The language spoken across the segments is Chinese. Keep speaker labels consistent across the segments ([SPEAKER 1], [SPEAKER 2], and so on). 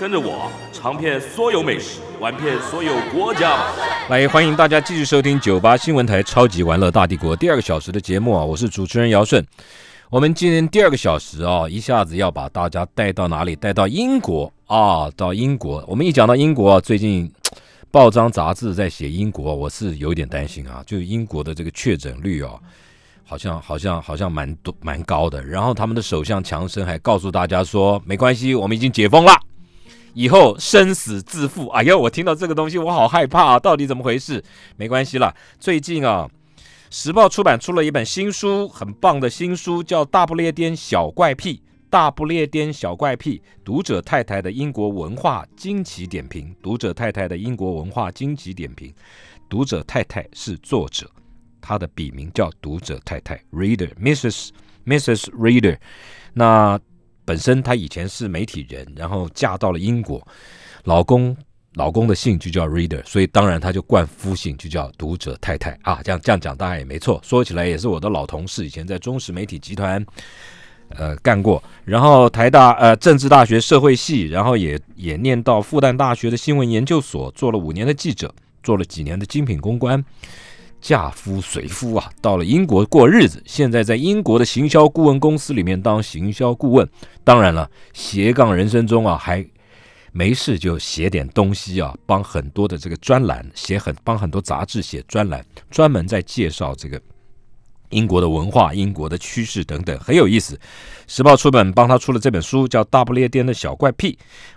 [SPEAKER 1] 跟着我尝遍所有美食，玩遍所有国家吧。
[SPEAKER 2] 来，欢迎大家继续收听九八新闻台《超级玩乐大帝国》第二个小时的节目啊，我是主持人姚顺。我们今天第二个小时啊，一下子要把大家带到哪里？带到英国啊，到英国。我们一讲到英国啊，最近报章杂志在写英国，我是有一点担心啊，就是英国的这个确诊率啊，好像好像好像蛮多蛮高的。然后他们的首相强生还告诉大家说，没关系，我们已经解封了。以后生死自负。哎呀，我听到这个东西，我好害怕啊！到底怎么回事？没关系啦，最近啊，时报出版出了一本新书，很棒的新书，叫《大不列颠小怪癖》。大不列颠小怪癖，读者太太的英国文化惊奇点评。读者太太的英国文化惊奇点评。读者太太是作者，她的笔名叫读者太太 （Reader Mrs. Mrs. Reader）。那本身她以前是媒体人，然后嫁到了英国，老公老公的姓就叫 Reader，所以当然她就冠夫姓，就叫读者太太啊。这样这样讲当然也没错，说起来也是我的老同事，以前在中实媒体集团。呃，干过，然后台大呃政治大学社会系，然后也也念到复旦大学的新闻研究所，做了五年的记者，做了几年的精品公关，嫁夫随夫啊，到了英国过日子，现在在英国的行销顾问公司里面当行销顾问。当然了，斜杠人生中啊，还没事就写点东西啊，帮很多的这个专栏写很帮很多杂志写专栏，专门在介绍这个英国的文化、英国的趋势等等，很有意思。时报出版帮他出了这本书，叫《大不列颠的小怪癖》，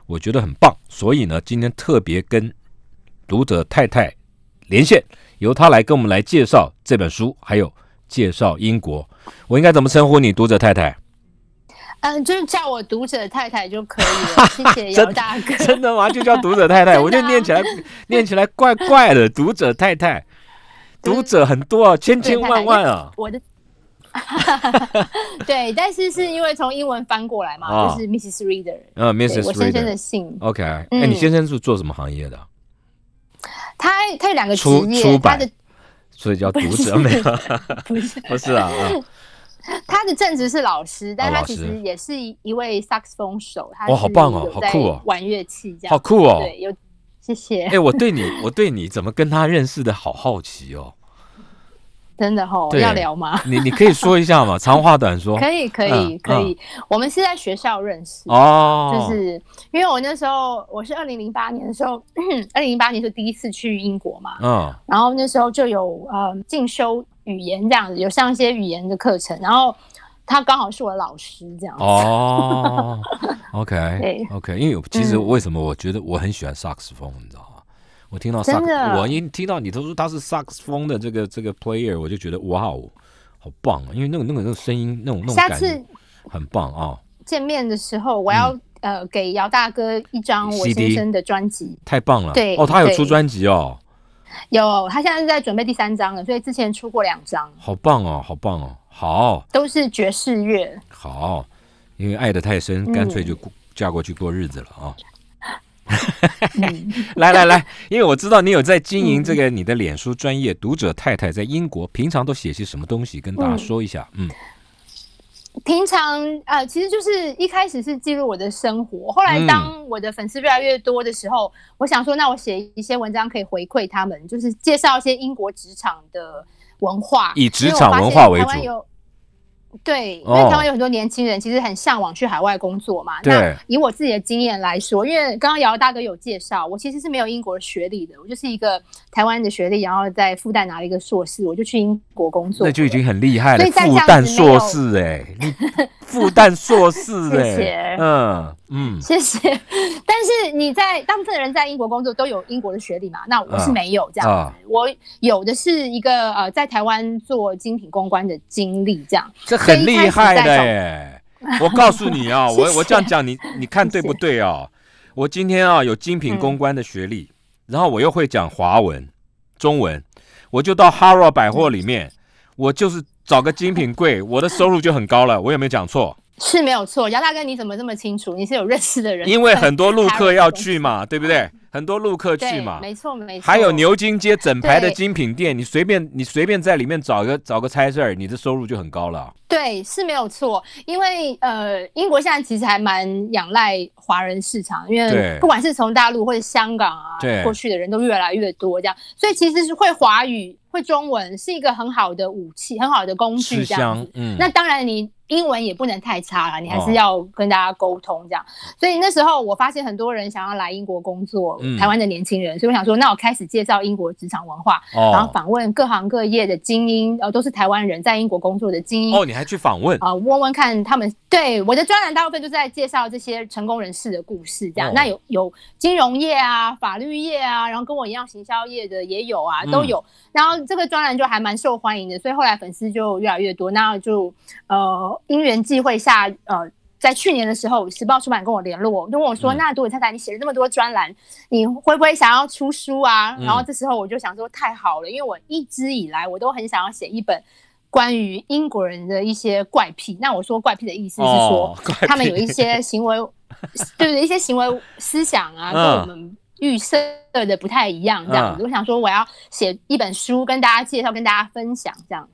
[SPEAKER 2] 我觉得很棒。所以呢，今天特别跟读者太太连线，由他来跟我们来介绍这本书，还有介绍英国。我应该怎么称呼你，读者太 太？
[SPEAKER 3] 嗯，就是叫我读者太太就可以了，谢谢姚大哥。
[SPEAKER 2] 真的吗？就叫读者太太，
[SPEAKER 3] 真 的啊
[SPEAKER 2] 我觉得念起来念起来怪怪的。读者太 太，读者很多啊，千千万万啊。
[SPEAKER 3] 我的，对，但是是因为从英文翻过来嘛，
[SPEAKER 2] 啊
[SPEAKER 3] 就是 Mrs. Reader，
[SPEAKER 2] 嗯
[SPEAKER 3] 对
[SPEAKER 2] ，Mrs.
[SPEAKER 3] 我先生的
[SPEAKER 2] Reader。
[SPEAKER 3] 姓。
[SPEAKER 2] OK，哎、
[SPEAKER 3] 嗯
[SPEAKER 2] 你先生是做什么行业的？
[SPEAKER 3] 他他有两个职
[SPEAKER 2] 出出
[SPEAKER 3] 业，他
[SPEAKER 2] 版
[SPEAKER 3] 的
[SPEAKER 2] 所以叫读
[SPEAKER 3] 不是
[SPEAKER 2] 者没有？ 不是啊啊！
[SPEAKER 3] 他的正职是老师，但
[SPEAKER 2] 啊
[SPEAKER 3] 他
[SPEAKER 2] 老
[SPEAKER 3] 其
[SPEAKER 2] 师
[SPEAKER 3] 实也是一一位萨克斯风手，他
[SPEAKER 2] 哇好棒哦
[SPEAKER 3] 是有
[SPEAKER 2] 好
[SPEAKER 3] 在
[SPEAKER 2] 酷哦
[SPEAKER 3] 玩乐器这样，
[SPEAKER 2] 好酷哦！
[SPEAKER 3] 对，有谢谢
[SPEAKER 2] 哎、，我对你，我对你怎么跟他认识的好好奇哦。
[SPEAKER 3] 真的吼，
[SPEAKER 2] 对
[SPEAKER 3] 要聊吗？
[SPEAKER 2] 你你可以说一下嘛，长话短说。
[SPEAKER 3] 可以，可
[SPEAKER 2] 嗯
[SPEAKER 3] 以，可以，我们是在学校认识的
[SPEAKER 2] 哦，
[SPEAKER 3] 就是因为我那时候我是二零零八年的时候， 二零零八年是第一次去英国嘛，
[SPEAKER 2] 嗯
[SPEAKER 3] 然后那时候就有呃进修语言这样子，有上一些语言的课程，然后他刚好是我的老师这样子，
[SPEAKER 2] 哦
[SPEAKER 3] 对
[SPEAKER 2] ，OK OK，因为我其实
[SPEAKER 3] 嗯
[SPEAKER 2] 为什么我觉得我很喜欢萨克斯风，你知道吗？我听到萨
[SPEAKER 3] 真的
[SPEAKER 2] 克，我一听到你都说他是萨克斯风的这个这个 player，我就觉得哇哦，好棒啊！因为那种那种那种声音，那种那种
[SPEAKER 3] 下
[SPEAKER 2] 感
[SPEAKER 3] 次
[SPEAKER 2] 觉嗯很棒啊！
[SPEAKER 3] 见面的时候我要、呃给姚大哥一张我
[SPEAKER 2] CD
[SPEAKER 3] 先生的专辑，
[SPEAKER 2] 太棒了！
[SPEAKER 3] 对
[SPEAKER 2] 哦，他有出
[SPEAKER 3] 对
[SPEAKER 2] 专辑哦，
[SPEAKER 3] 有他现在是在准备第三张了，所以之前出过两张，
[SPEAKER 2] 好棒哦，好棒哦，好。
[SPEAKER 3] 都是爵士乐，
[SPEAKER 2] 好，因为爱得太深，干脆就过
[SPEAKER 3] 嗯
[SPEAKER 2] 嫁过去过日子了啊！
[SPEAKER 3] 嗯
[SPEAKER 2] 来来来，因为我知道你有在经营这个你的脸书专业，读者太太在英国平常都写些什么东西，跟大家说一下。嗯，
[SPEAKER 3] 平常呃，其实就是一开始是记录我的生活，后
[SPEAKER 2] 嗯
[SPEAKER 3] 来当我的粉丝越来越多的时候，我想说，那我写一些文章可以回馈他们，就是介绍一些英国职场的文化，
[SPEAKER 2] 以职场文化为主
[SPEAKER 3] 因我发现台湾有对，因
[SPEAKER 2] 哦
[SPEAKER 3] 为台湾有很多年轻人其实很向往去海外工作嘛。
[SPEAKER 2] 对
[SPEAKER 3] 那以我自己的经验来说，因为刚刚姚大哥有介绍，我其实是没有英国的学历的，我就是一个台湾的学历，然后在复旦拿了一个硕士，我就去英国工作了，
[SPEAKER 2] 那就已经很厉害了。
[SPEAKER 3] 所以在
[SPEAKER 2] 复
[SPEAKER 3] 这样
[SPEAKER 2] 旦
[SPEAKER 3] 子没有
[SPEAKER 2] 硕士哎，你复旦硕士
[SPEAKER 3] 谢
[SPEAKER 2] 哎
[SPEAKER 3] 谢，
[SPEAKER 2] 嗯嗯，
[SPEAKER 3] 谢谢。但是你在大部分人在英国工作都有英国的学历嘛？那我是没有这样子，
[SPEAKER 2] 啊
[SPEAKER 3] 我有的是一个呃在台湾做精品公关的经历，这样
[SPEAKER 2] 这很厉害的
[SPEAKER 3] 所以一开始在
[SPEAKER 2] 哎！我告诉你啊，
[SPEAKER 3] 谢谢
[SPEAKER 2] 我我这样讲你，你看对不对啊？我今天啊有精
[SPEAKER 3] 嗯
[SPEAKER 2] 品公关的学历，然后我又会讲华文、中文，我就到 Haro 百货里面，我就是找个精品柜，我的收入就很高了。我有没有讲错？
[SPEAKER 3] 是没有错。杨大哥，你怎么这么清楚？你是有认识的人，
[SPEAKER 2] 因为很多陆客要去
[SPEAKER 3] 嘛，
[SPEAKER 2] 嘛，对不对？很多陆客去
[SPEAKER 3] 对
[SPEAKER 2] 嘛，
[SPEAKER 3] 没错没错。
[SPEAKER 2] 还有牛津街整排的
[SPEAKER 3] 对
[SPEAKER 2] 精品店，你随便你随便在里面找一个找个差事儿，你的收入就很高了。
[SPEAKER 3] 对，是没有错，因为呃，英国现在其实还蛮仰赖华人市场，因
[SPEAKER 2] 对
[SPEAKER 3] 为不管是从大陆或者香港啊
[SPEAKER 2] 对
[SPEAKER 3] 过去的人都越来越多，这样，所以其实是会华语、会中文是一个很好的武器、很好的工
[SPEAKER 2] 吃
[SPEAKER 3] 具，这样
[SPEAKER 2] 香
[SPEAKER 3] 子。，
[SPEAKER 2] 嗯，
[SPEAKER 3] 那当然，你英文也不能太差了，你还
[SPEAKER 2] 哦
[SPEAKER 3] 是要跟大家沟通这样。所以那时候我发现很多人想要来英国工作，
[SPEAKER 2] 嗯
[SPEAKER 3] 台湾的年轻人，所以我想说，那我开始介绍英国职场文化，然后
[SPEAKER 2] 哦
[SPEAKER 3] 访问各行各业的精英，呃，都是台湾人在英国工作的精英。
[SPEAKER 2] 哦，你还去访问，
[SPEAKER 3] 啊、问问看他们对我的专栏大部分就在介绍这些成功人士的故事，这样。
[SPEAKER 2] 哦
[SPEAKER 3] 那有有金融业啊、法律业啊，然后跟我一样行销业的也有啊，都
[SPEAKER 2] 嗯
[SPEAKER 3] 有。然后这个专栏就还蛮受欢迎的，所以后来粉丝就越来越多。那就呃因缘际会下，呃，在去年的时候，时报出版跟我联络，就问我说：“
[SPEAKER 2] 嗯
[SPEAKER 3] 那多伟太太，你写了这么多专栏，你会不会想要出书啊？”
[SPEAKER 2] 嗯
[SPEAKER 3] 然后这时候我就想说：“太好了，因为我一直以来我都很想要写一本。”关于英国人的一些怪癖，那我说怪癖的意思是说，
[SPEAKER 2] 哦，怪
[SPEAKER 3] 他们有
[SPEAKER 2] 癖
[SPEAKER 3] 一些 行为，对对，一些行为思想啊，
[SPEAKER 2] 嗯
[SPEAKER 3] 跟我们预设的不太一样，这样子。我想说，我要写一本书跟大家介绍，跟大家分享，这样。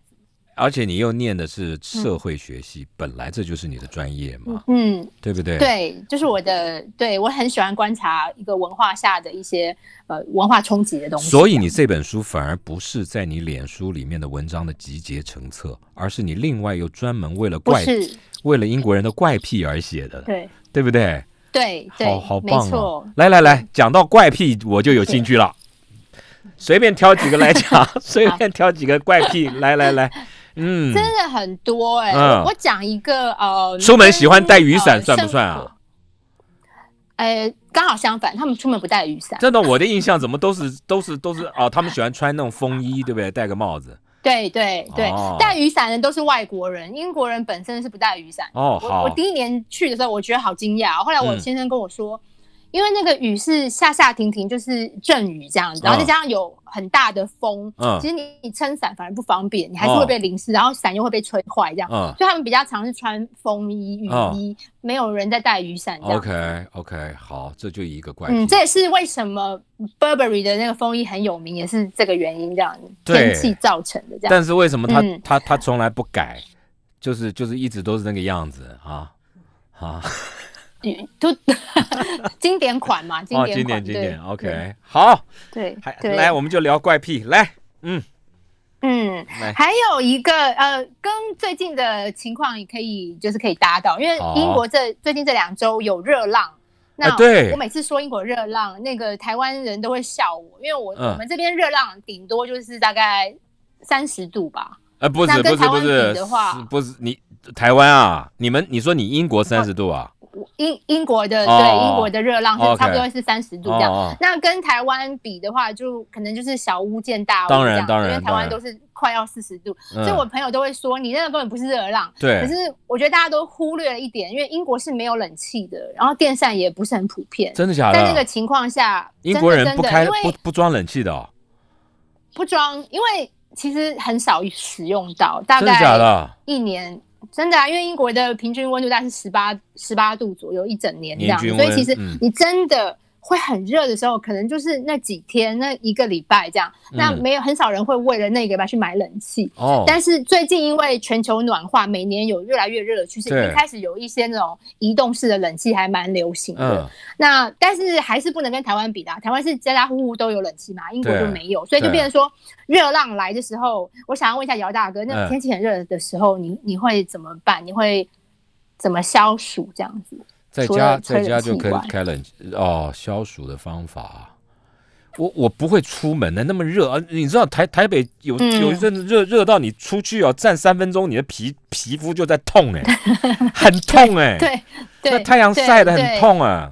[SPEAKER 2] 而且你又念的是社会学系，本来这就是你的专业嘛，
[SPEAKER 3] 嗯，
[SPEAKER 2] 对不对？，
[SPEAKER 3] 对，就是我的，对我很喜欢观察一个文化下的一些呃文化冲击的东西。
[SPEAKER 2] 所以你这本书反而不是在你脸书里面的文章的集结成册，而是你另外又专门为了
[SPEAKER 3] 不
[SPEAKER 2] 怪
[SPEAKER 3] 是
[SPEAKER 2] 为了英国人的怪癖而写的，
[SPEAKER 3] 对
[SPEAKER 2] 对不对？
[SPEAKER 3] 对对，
[SPEAKER 2] 好好
[SPEAKER 3] 没
[SPEAKER 2] 棒
[SPEAKER 3] 错
[SPEAKER 2] 哦！。来来来，讲到怪癖我就有兴趣了，随便挑几个 来讲，随便挑几个怪癖，来来来，嗯，
[SPEAKER 3] 真的很多哎、
[SPEAKER 2] 嗯
[SPEAKER 3] 我我讲一个呃，
[SPEAKER 2] 出门喜欢带雨伞
[SPEAKER 3] 跟
[SPEAKER 2] 算不算啊？
[SPEAKER 3] 呃生活呃，刚好相反，他们出门不带雨伞。
[SPEAKER 2] 真的，我的印象怎么都是都是都是哦，他们喜欢穿那种风衣，对不对？戴个帽子，
[SPEAKER 3] 对对对
[SPEAKER 2] 哦，
[SPEAKER 3] 带雨伞的都是外国人，英国人本身是不带雨伞。
[SPEAKER 2] 哦，
[SPEAKER 3] 我我
[SPEAKER 2] 好
[SPEAKER 3] 第，一年去的时候，我觉得好惊讶哦、后来我
[SPEAKER 2] 嗯
[SPEAKER 3] 先生跟我说，因为那个雨是下下停停，就是阵雨这样子，然后再
[SPEAKER 2] 嗯
[SPEAKER 3] 加上有很大的风，
[SPEAKER 2] 嗯
[SPEAKER 3] 其实你你撑伞反而不方便，你还是会被淋湿，然后伞又会被吹坏这样。
[SPEAKER 2] 嗯
[SPEAKER 3] 所以他们比较常是穿风衣、雨衣，没有人在带雨伞这样。
[SPEAKER 2] ，OK OK，好，这就一个怪癖
[SPEAKER 3] 嗯，，这也是为什么 Burberry 的那个风衣很有名，也是这个原因，这样
[SPEAKER 2] 对
[SPEAKER 3] 天气造成的这样。
[SPEAKER 2] 但是为什么他、
[SPEAKER 3] 嗯
[SPEAKER 2] 他他从来不改，就是就是一直都是那个样子啊 啊
[SPEAKER 3] 嗯都 经典款嘛，经
[SPEAKER 2] 哦，
[SPEAKER 3] 典款，
[SPEAKER 2] 经典经典
[SPEAKER 3] 对
[SPEAKER 2] ，OK，好，
[SPEAKER 3] 对
[SPEAKER 2] 还
[SPEAKER 3] 对，
[SPEAKER 2] 来我们就聊怪癖，来，嗯，
[SPEAKER 3] 嗯
[SPEAKER 2] 来，
[SPEAKER 3] 还有一个呃，跟最近的情况也可以就是可以搭到，因为
[SPEAKER 2] 好
[SPEAKER 3] 英国这最近这两周有热浪。那、
[SPEAKER 2] 啊对
[SPEAKER 3] 我每次说英国热浪，那个台湾人都会笑我，因为我、
[SPEAKER 2] 嗯
[SPEAKER 3] 我们这边热浪顶多就是大概三十度吧。
[SPEAKER 2] 呃，不是
[SPEAKER 3] 那
[SPEAKER 2] 不
[SPEAKER 3] 跟
[SPEAKER 2] 是
[SPEAKER 3] 台
[SPEAKER 2] 不
[SPEAKER 3] 湾
[SPEAKER 2] 是
[SPEAKER 3] 比的话
[SPEAKER 2] 是不是你台湾啊，你们你说你英国三十度啊，
[SPEAKER 3] 英英国的、
[SPEAKER 2] 哦
[SPEAKER 3] 对英国的热浪是
[SPEAKER 2] OK
[SPEAKER 3] 差不多是三十度
[SPEAKER 2] 哦
[SPEAKER 3] 这样。
[SPEAKER 2] 哦，
[SPEAKER 3] 那跟台湾比的话，就可能就是小巫见大巫这
[SPEAKER 2] 当
[SPEAKER 3] 样，
[SPEAKER 2] 然当然
[SPEAKER 3] 因为台
[SPEAKER 2] 当然
[SPEAKER 3] 湾都是快要四十度，
[SPEAKER 2] 嗯
[SPEAKER 3] 所以我朋友都会说你那个根本不是热浪。
[SPEAKER 2] 对，
[SPEAKER 3] 可是我觉得大家都忽略了一点，因为英国是没有冷气的，然后电扇也不是很普遍。
[SPEAKER 2] 真的假的？
[SPEAKER 3] 在那个情况下，
[SPEAKER 2] 英国人
[SPEAKER 3] 真
[SPEAKER 2] 不
[SPEAKER 3] 的真的
[SPEAKER 2] 开
[SPEAKER 3] 因
[SPEAKER 2] 不
[SPEAKER 3] 为
[SPEAKER 2] 不装冷气的、哦，
[SPEAKER 3] 不装，因为其实很少使用到，大
[SPEAKER 2] 真的假
[SPEAKER 3] 概
[SPEAKER 2] 的？
[SPEAKER 3] 一年。真的啊，因为英国的平均温度大概是十八十八度左右，一整年这样，
[SPEAKER 2] 年均
[SPEAKER 3] 所
[SPEAKER 2] 温
[SPEAKER 3] 以其实
[SPEAKER 2] 嗯
[SPEAKER 3] 你真的会很热的时候，可能就是那几天、那一个礼拜这样，那
[SPEAKER 2] 嗯
[SPEAKER 3] 没有很少人会为了那个礼拜去买冷气。
[SPEAKER 2] 哦，
[SPEAKER 3] 但是最近因为全球暖化，每年有越来越热的趋势，
[SPEAKER 2] 对
[SPEAKER 3] 一开始有一些那种移动式的冷气还蛮流行的。
[SPEAKER 2] 嗯，
[SPEAKER 3] 那但是还是不能跟台湾比啦，台湾是家家户户都有冷气嘛，英国
[SPEAKER 2] 对
[SPEAKER 3] 就没有，所以就
[SPEAKER 2] 对
[SPEAKER 3] 变成说热浪来的时候，我想要问一下姚大哥，
[SPEAKER 2] 嗯
[SPEAKER 3] 那天气很热的时候，你你会怎么办？你会怎么消暑这样子？
[SPEAKER 2] 在
[SPEAKER 3] 除
[SPEAKER 2] 家
[SPEAKER 3] 了
[SPEAKER 2] 在
[SPEAKER 3] 吹
[SPEAKER 2] 家
[SPEAKER 3] 冷气
[SPEAKER 2] 就
[SPEAKER 3] 以
[SPEAKER 2] 可以
[SPEAKER 3] 外
[SPEAKER 2] 开冷气哦，消暑的方法。啊我我不会出门的，那么热啊！你知道台台北有
[SPEAKER 3] 嗯
[SPEAKER 2] 有一阵子热热到你出去哦，站三分钟，你的皮皮肤就在痛 哎、很痛哎、
[SPEAKER 3] 对
[SPEAKER 2] 那
[SPEAKER 3] 对，
[SPEAKER 2] 太阳
[SPEAKER 3] 对
[SPEAKER 2] 晒的很
[SPEAKER 3] 对
[SPEAKER 2] 痛啊，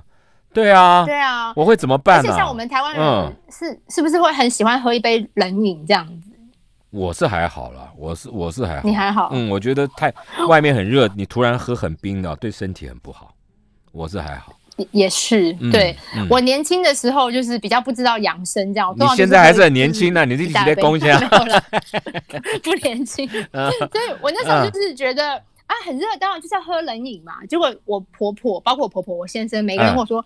[SPEAKER 2] 对啊，
[SPEAKER 3] 对啊，
[SPEAKER 2] 我会怎么
[SPEAKER 3] 而
[SPEAKER 2] 办
[SPEAKER 3] 且
[SPEAKER 2] 呢、
[SPEAKER 3] 像我们台湾
[SPEAKER 2] 嗯
[SPEAKER 3] 人是、是不是会很喜欢喝一杯冷饮这样子？
[SPEAKER 2] 我是还好啦，我是我是还好，
[SPEAKER 3] 你还好
[SPEAKER 2] 嗯，我觉得太外面很热，你突然喝很冰的，对身体很不好。我是还好，
[SPEAKER 3] 也是
[SPEAKER 2] 嗯
[SPEAKER 3] 对。
[SPEAKER 2] 嗯
[SPEAKER 3] 我年轻的时候就是比较不知道嗯养生这样。
[SPEAKER 2] 你现在还是很年轻呢你自己在恭
[SPEAKER 3] 攻
[SPEAKER 2] 喜啊
[SPEAKER 3] 没有啦，不年轻。
[SPEAKER 2] 啊
[SPEAKER 3] 所以我那时候就是觉得啊，很热，当然就是要喝冷饮嘛。结果我婆婆，包括我婆婆、我先生，每个人
[SPEAKER 2] 嗯
[SPEAKER 3] 跟我说、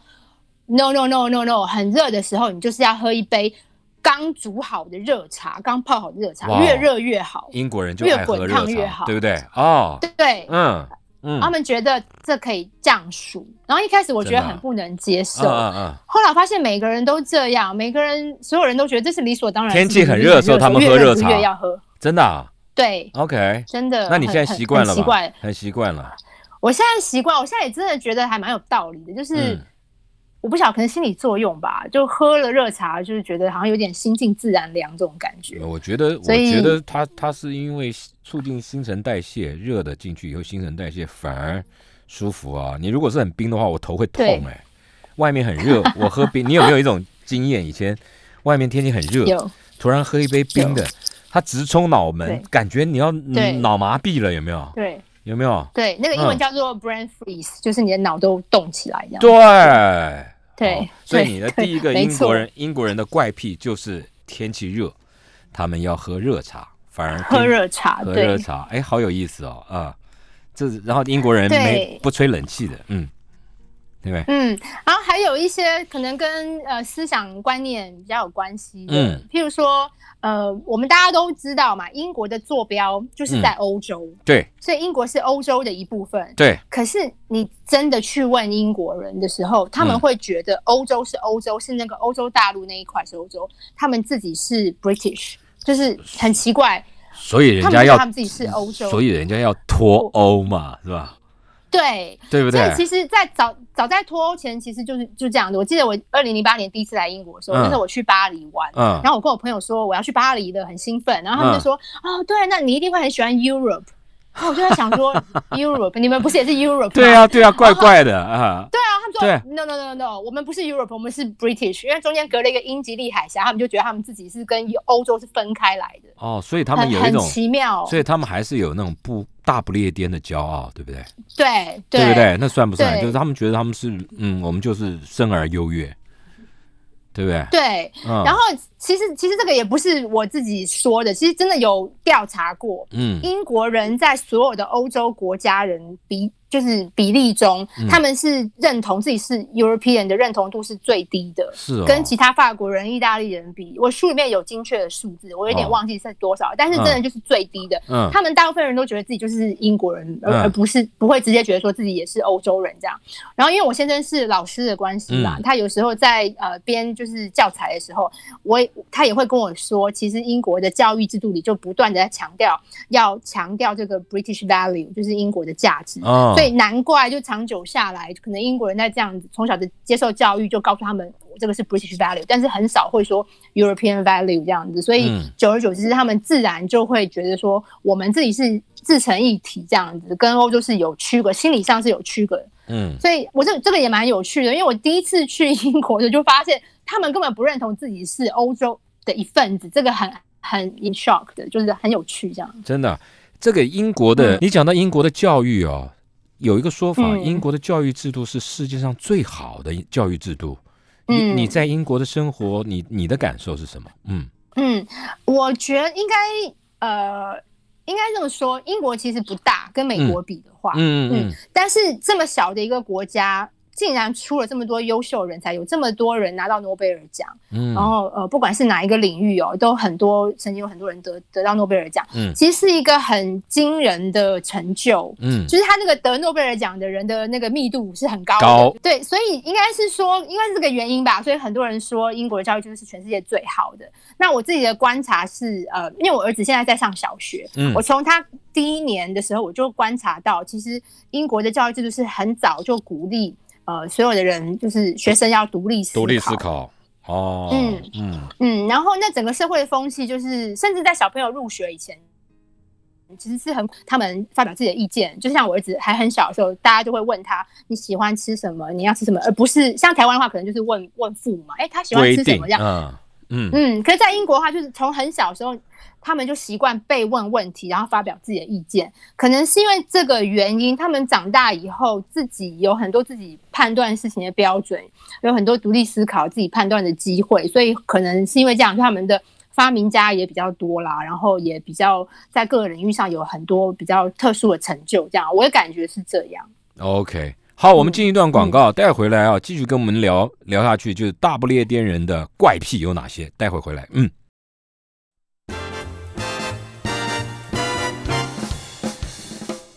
[SPEAKER 3] n o no no no no，很热的时候你就是要喝一杯刚煮好的热茶，刚泡好的热茶
[SPEAKER 2] 哇，哦
[SPEAKER 3] 越热越好。
[SPEAKER 2] 英国人就
[SPEAKER 3] 越
[SPEAKER 2] 爱喝
[SPEAKER 3] 滚
[SPEAKER 2] 热
[SPEAKER 3] 烫越
[SPEAKER 2] 茶，
[SPEAKER 3] 好
[SPEAKER 2] 对不对？哦，
[SPEAKER 3] 对，
[SPEAKER 2] 嗯嗯，
[SPEAKER 3] 他们觉得这可以降暑。然后一开始我觉
[SPEAKER 2] 真
[SPEAKER 3] 得
[SPEAKER 2] 的啊
[SPEAKER 3] 很不能接受，
[SPEAKER 2] 嗯嗯
[SPEAKER 3] 后来我发现每个人都这样，每个人所有人都觉得这是理所当然的
[SPEAKER 2] 天
[SPEAKER 3] 事情。
[SPEAKER 2] 气很热的时候他们喝
[SPEAKER 3] 越
[SPEAKER 2] 热
[SPEAKER 3] 就
[SPEAKER 2] 茶
[SPEAKER 3] 越要喝。
[SPEAKER 2] 嗯，真的啊
[SPEAKER 3] 对，
[SPEAKER 2] ，OK。
[SPEAKER 3] 真的很。
[SPEAKER 2] 那你现在
[SPEAKER 3] 很
[SPEAKER 2] 习惯了
[SPEAKER 3] 很习
[SPEAKER 2] 吧？
[SPEAKER 3] 惯。
[SPEAKER 2] 很习惯了。
[SPEAKER 3] 我现在习惯，我现在也真的觉得还蛮有道理的，就是。
[SPEAKER 2] 嗯
[SPEAKER 3] 我不晓得，可能心理作用吧，就喝了热茶，就是觉得好像有点心静自然凉这种感觉。
[SPEAKER 2] 我觉得，我
[SPEAKER 3] 所以
[SPEAKER 2] 觉得它它是因为促进新陈代谢，热的进去以后，新陈代谢反而舒服啊。你如果是很冰的话，我头会痛
[SPEAKER 3] 对
[SPEAKER 2] 哎、外面很 热，我喝冰，你有没有一种经验？以前外面天气很热，
[SPEAKER 3] 有，
[SPEAKER 2] 突然喝一杯冰的，它直冲脑门
[SPEAKER 3] 对，
[SPEAKER 2] 感觉你要
[SPEAKER 3] 对
[SPEAKER 2] 脑麻痹了，有没有？
[SPEAKER 3] 对
[SPEAKER 2] 有没有？
[SPEAKER 3] 对，那个英文
[SPEAKER 2] 嗯
[SPEAKER 3] 叫做 brain freeze，、就是你的脑都动起来这样。
[SPEAKER 2] 对，
[SPEAKER 3] 对
[SPEAKER 2] 好，哦所以
[SPEAKER 3] 对
[SPEAKER 2] 你的
[SPEAKER 3] 对
[SPEAKER 2] 第一个
[SPEAKER 3] 没
[SPEAKER 2] 英国
[SPEAKER 3] 错
[SPEAKER 2] 人，英国人的怪癖就是天气热，他们要喝热茶，反而
[SPEAKER 3] 喝
[SPEAKER 2] 冰
[SPEAKER 3] 热茶，
[SPEAKER 2] 喝
[SPEAKER 3] 对
[SPEAKER 2] 热茶，哎，好有意思哦，啊，这然后英国人
[SPEAKER 3] 对
[SPEAKER 2] 没不吹冷气的，嗯，对不对？
[SPEAKER 3] 嗯，然后还有一些可能跟呃思想观念比较有关系的，
[SPEAKER 2] 嗯
[SPEAKER 3] 譬如说呃，我们大家都知道嘛，英国的坐标就是在欧洲，
[SPEAKER 2] 对
[SPEAKER 3] 所以英国是欧洲的一部分。
[SPEAKER 2] 嗯对，
[SPEAKER 3] 可是你真的去问英国人的时候，他们
[SPEAKER 2] 嗯
[SPEAKER 3] 会觉得欧洲是欧洲，是那个欧洲大陆那一块是欧洲，他们自己是 British，就是很奇怪，
[SPEAKER 2] 所以人
[SPEAKER 3] 他
[SPEAKER 2] 家
[SPEAKER 3] 们觉
[SPEAKER 2] 要
[SPEAKER 3] 得他们自己是欧洲，
[SPEAKER 2] 所以人家要脱欧嘛，是吧？
[SPEAKER 3] 对，
[SPEAKER 2] 对不
[SPEAKER 3] 所以
[SPEAKER 2] 对？
[SPEAKER 3] 其实，在早早在脱欧前，其实就是就这样的。我记得我二零零八年第一次来英国的时候，
[SPEAKER 2] 嗯
[SPEAKER 3] 那时候我去巴黎玩，
[SPEAKER 2] 嗯
[SPEAKER 3] 然，后我跟我朋友说我要去巴黎的，很兴奋。然后他们就说：“哦，对，那你一定会很喜欢 Europe。”然后我就在想 说，Europe，你们不是也是 Europe 吗？
[SPEAKER 2] 对啊，对啊，怪怪的啊，
[SPEAKER 3] 哦对啊，他们
[SPEAKER 2] 对
[SPEAKER 3] 说 no no no no，我们不是 Europe，我们是 British，因为中间隔了一个英吉利海峡，他们就觉得他们自己是跟欧洲是分开来的，
[SPEAKER 2] 哦，所以他们
[SPEAKER 3] 很
[SPEAKER 2] 有一
[SPEAKER 3] 很
[SPEAKER 2] 种，
[SPEAKER 3] 奇妙，
[SPEAKER 2] 所以他们还是有那种不大不列颠的骄傲，对不对？
[SPEAKER 3] 对
[SPEAKER 2] 对不对？那算不算？
[SPEAKER 3] 对
[SPEAKER 2] 就是他们觉得他们是，嗯，我们就是生而优越，对不对？
[SPEAKER 3] 对，
[SPEAKER 2] 嗯，
[SPEAKER 3] 然后其实其实这个也不是我自己说的，其实真的有调查过，
[SPEAKER 2] 嗯
[SPEAKER 3] 英国人在所有的欧洲国家人比就是比例中，
[SPEAKER 2] 嗯
[SPEAKER 3] 他们是认同自己是 European 的认同度是最低的。
[SPEAKER 2] 是哦，
[SPEAKER 3] 跟其他法国人、意大利人比，我书里面有精确的数字，我有点
[SPEAKER 2] 哦
[SPEAKER 3] 忘记是多少，但是真的
[SPEAKER 2] 嗯
[SPEAKER 3] 就是最低的。
[SPEAKER 2] 嗯
[SPEAKER 3] 他们大部分人都觉得自己就是英国人，而、
[SPEAKER 2] 嗯
[SPEAKER 3] 而不是不会直接觉得说自己也是欧洲人这样。然后因为我先生是老师的关系嘛，
[SPEAKER 2] 嗯
[SPEAKER 3] 他有时候在呃编就是教材的时候，我也他也会跟我说，其实英国的教育制度里就不断的在强调要强调这个 British value，就是英国的价值。
[SPEAKER 2] 哦，
[SPEAKER 3] 所以难怪，就长久下来，可能英国人在这样子从小的接受教育，就告诉他们这个是 British value，但是很少会说 European value 这样子，所以
[SPEAKER 2] 嗯
[SPEAKER 3] 久而久之，他们自然就会觉得说，我们自己是自成一体这样子，跟欧洲是有区隔，心理上是有区隔的。
[SPEAKER 2] 嗯
[SPEAKER 3] 所以我这这个也蛮有趣的，因为我第一次去英国的时候就发现，他们根本不认同自己是欧洲的一份子，这个很很 in shock 的，就是很有趣这样。
[SPEAKER 2] 真的，这个英国的，
[SPEAKER 3] 嗯
[SPEAKER 2] 你讲到英国的教育哦，有一个说法，
[SPEAKER 3] 嗯
[SPEAKER 2] 英国的教育制度是世界上最好的教育制度。
[SPEAKER 3] 嗯
[SPEAKER 2] 你你在英国的生活，你你的感受是什么？嗯
[SPEAKER 3] 嗯，我觉得应该呃，应该这么说，英国其实不大，跟美国比的话，
[SPEAKER 2] 嗯
[SPEAKER 3] 嗯但是这么小的一个国家，竟然出了这么多优秀人才，有这么多人拿到诺贝尔奖，
[SPEAKER 2] 嗯
[SPEAKER 3] 然后呃，不管是哪一个领域哦，都很多曾经有很多人得得到诺贝尔奖，
[SPEAKER 2] 嗯
[SPEAKER 3] 其实是一个很惊人的成就。
[SPEAKER 2] 嗯
[SPEAKER 3] 就是他那个得诺贝尔奖的人的那个密度是很高的，
[SPEAKER 2] 高
[SPEAKER 3] 对，所以应该是说，应该是这个原因吧。所以很多人说英国的教育制度是全世界最好的。那我自己的观察是，呃，因为我儿子现在在上小学，
[SPEAKER 2] 嗯
[SPEAKER 3] 我从他第一年的时候我就观察到，其实英国的教育制度是很早就鼓励呃所有的人，就是学生要独立思考，
[SPEAKER 2] 独立思考。哦，
[SPEAKER 3] 嗯
[SPEAKER 2] 嗯
[SPEAKER 3] 嗯，然后那整个社会的风气就是，甚至在小朋友入学以前，其实是很他们发表自己的意见。就像我儿子还很小的时候，大家就会问他你喜欢吃什么，你要吃什么，而不是像台湾的话，可能就是问问父母嘛，哎，他喜欢
[SPEAKER 2] 规
[SPEAKER 3] 吃什
[SPEAKER 2] 定
[SPEAKER 3] 么这样。
[SPEAKER 2] 嗯嗯
[SPEAKER 3] 嗯，可是在英国的话，就是从很小的时候，他们就习惯被问问题，然后发表自己的意见。可能是因为这个原因，他们长大以后自己有很多自己判断事情的标准，有很多独立思考、自己判断的机会，所以可能是因为这样，就他们的发明家也比较多啦，然后也比较在各个领域上有很多比较特殊的成就。这样，我的感觉是这样。
[SPEAKER 2] OK，好，我们进一段广告，待会回来啊，继续跟我们聊聊下去，就是大不列颠人的怪癖有哪些？待会回来，嗯。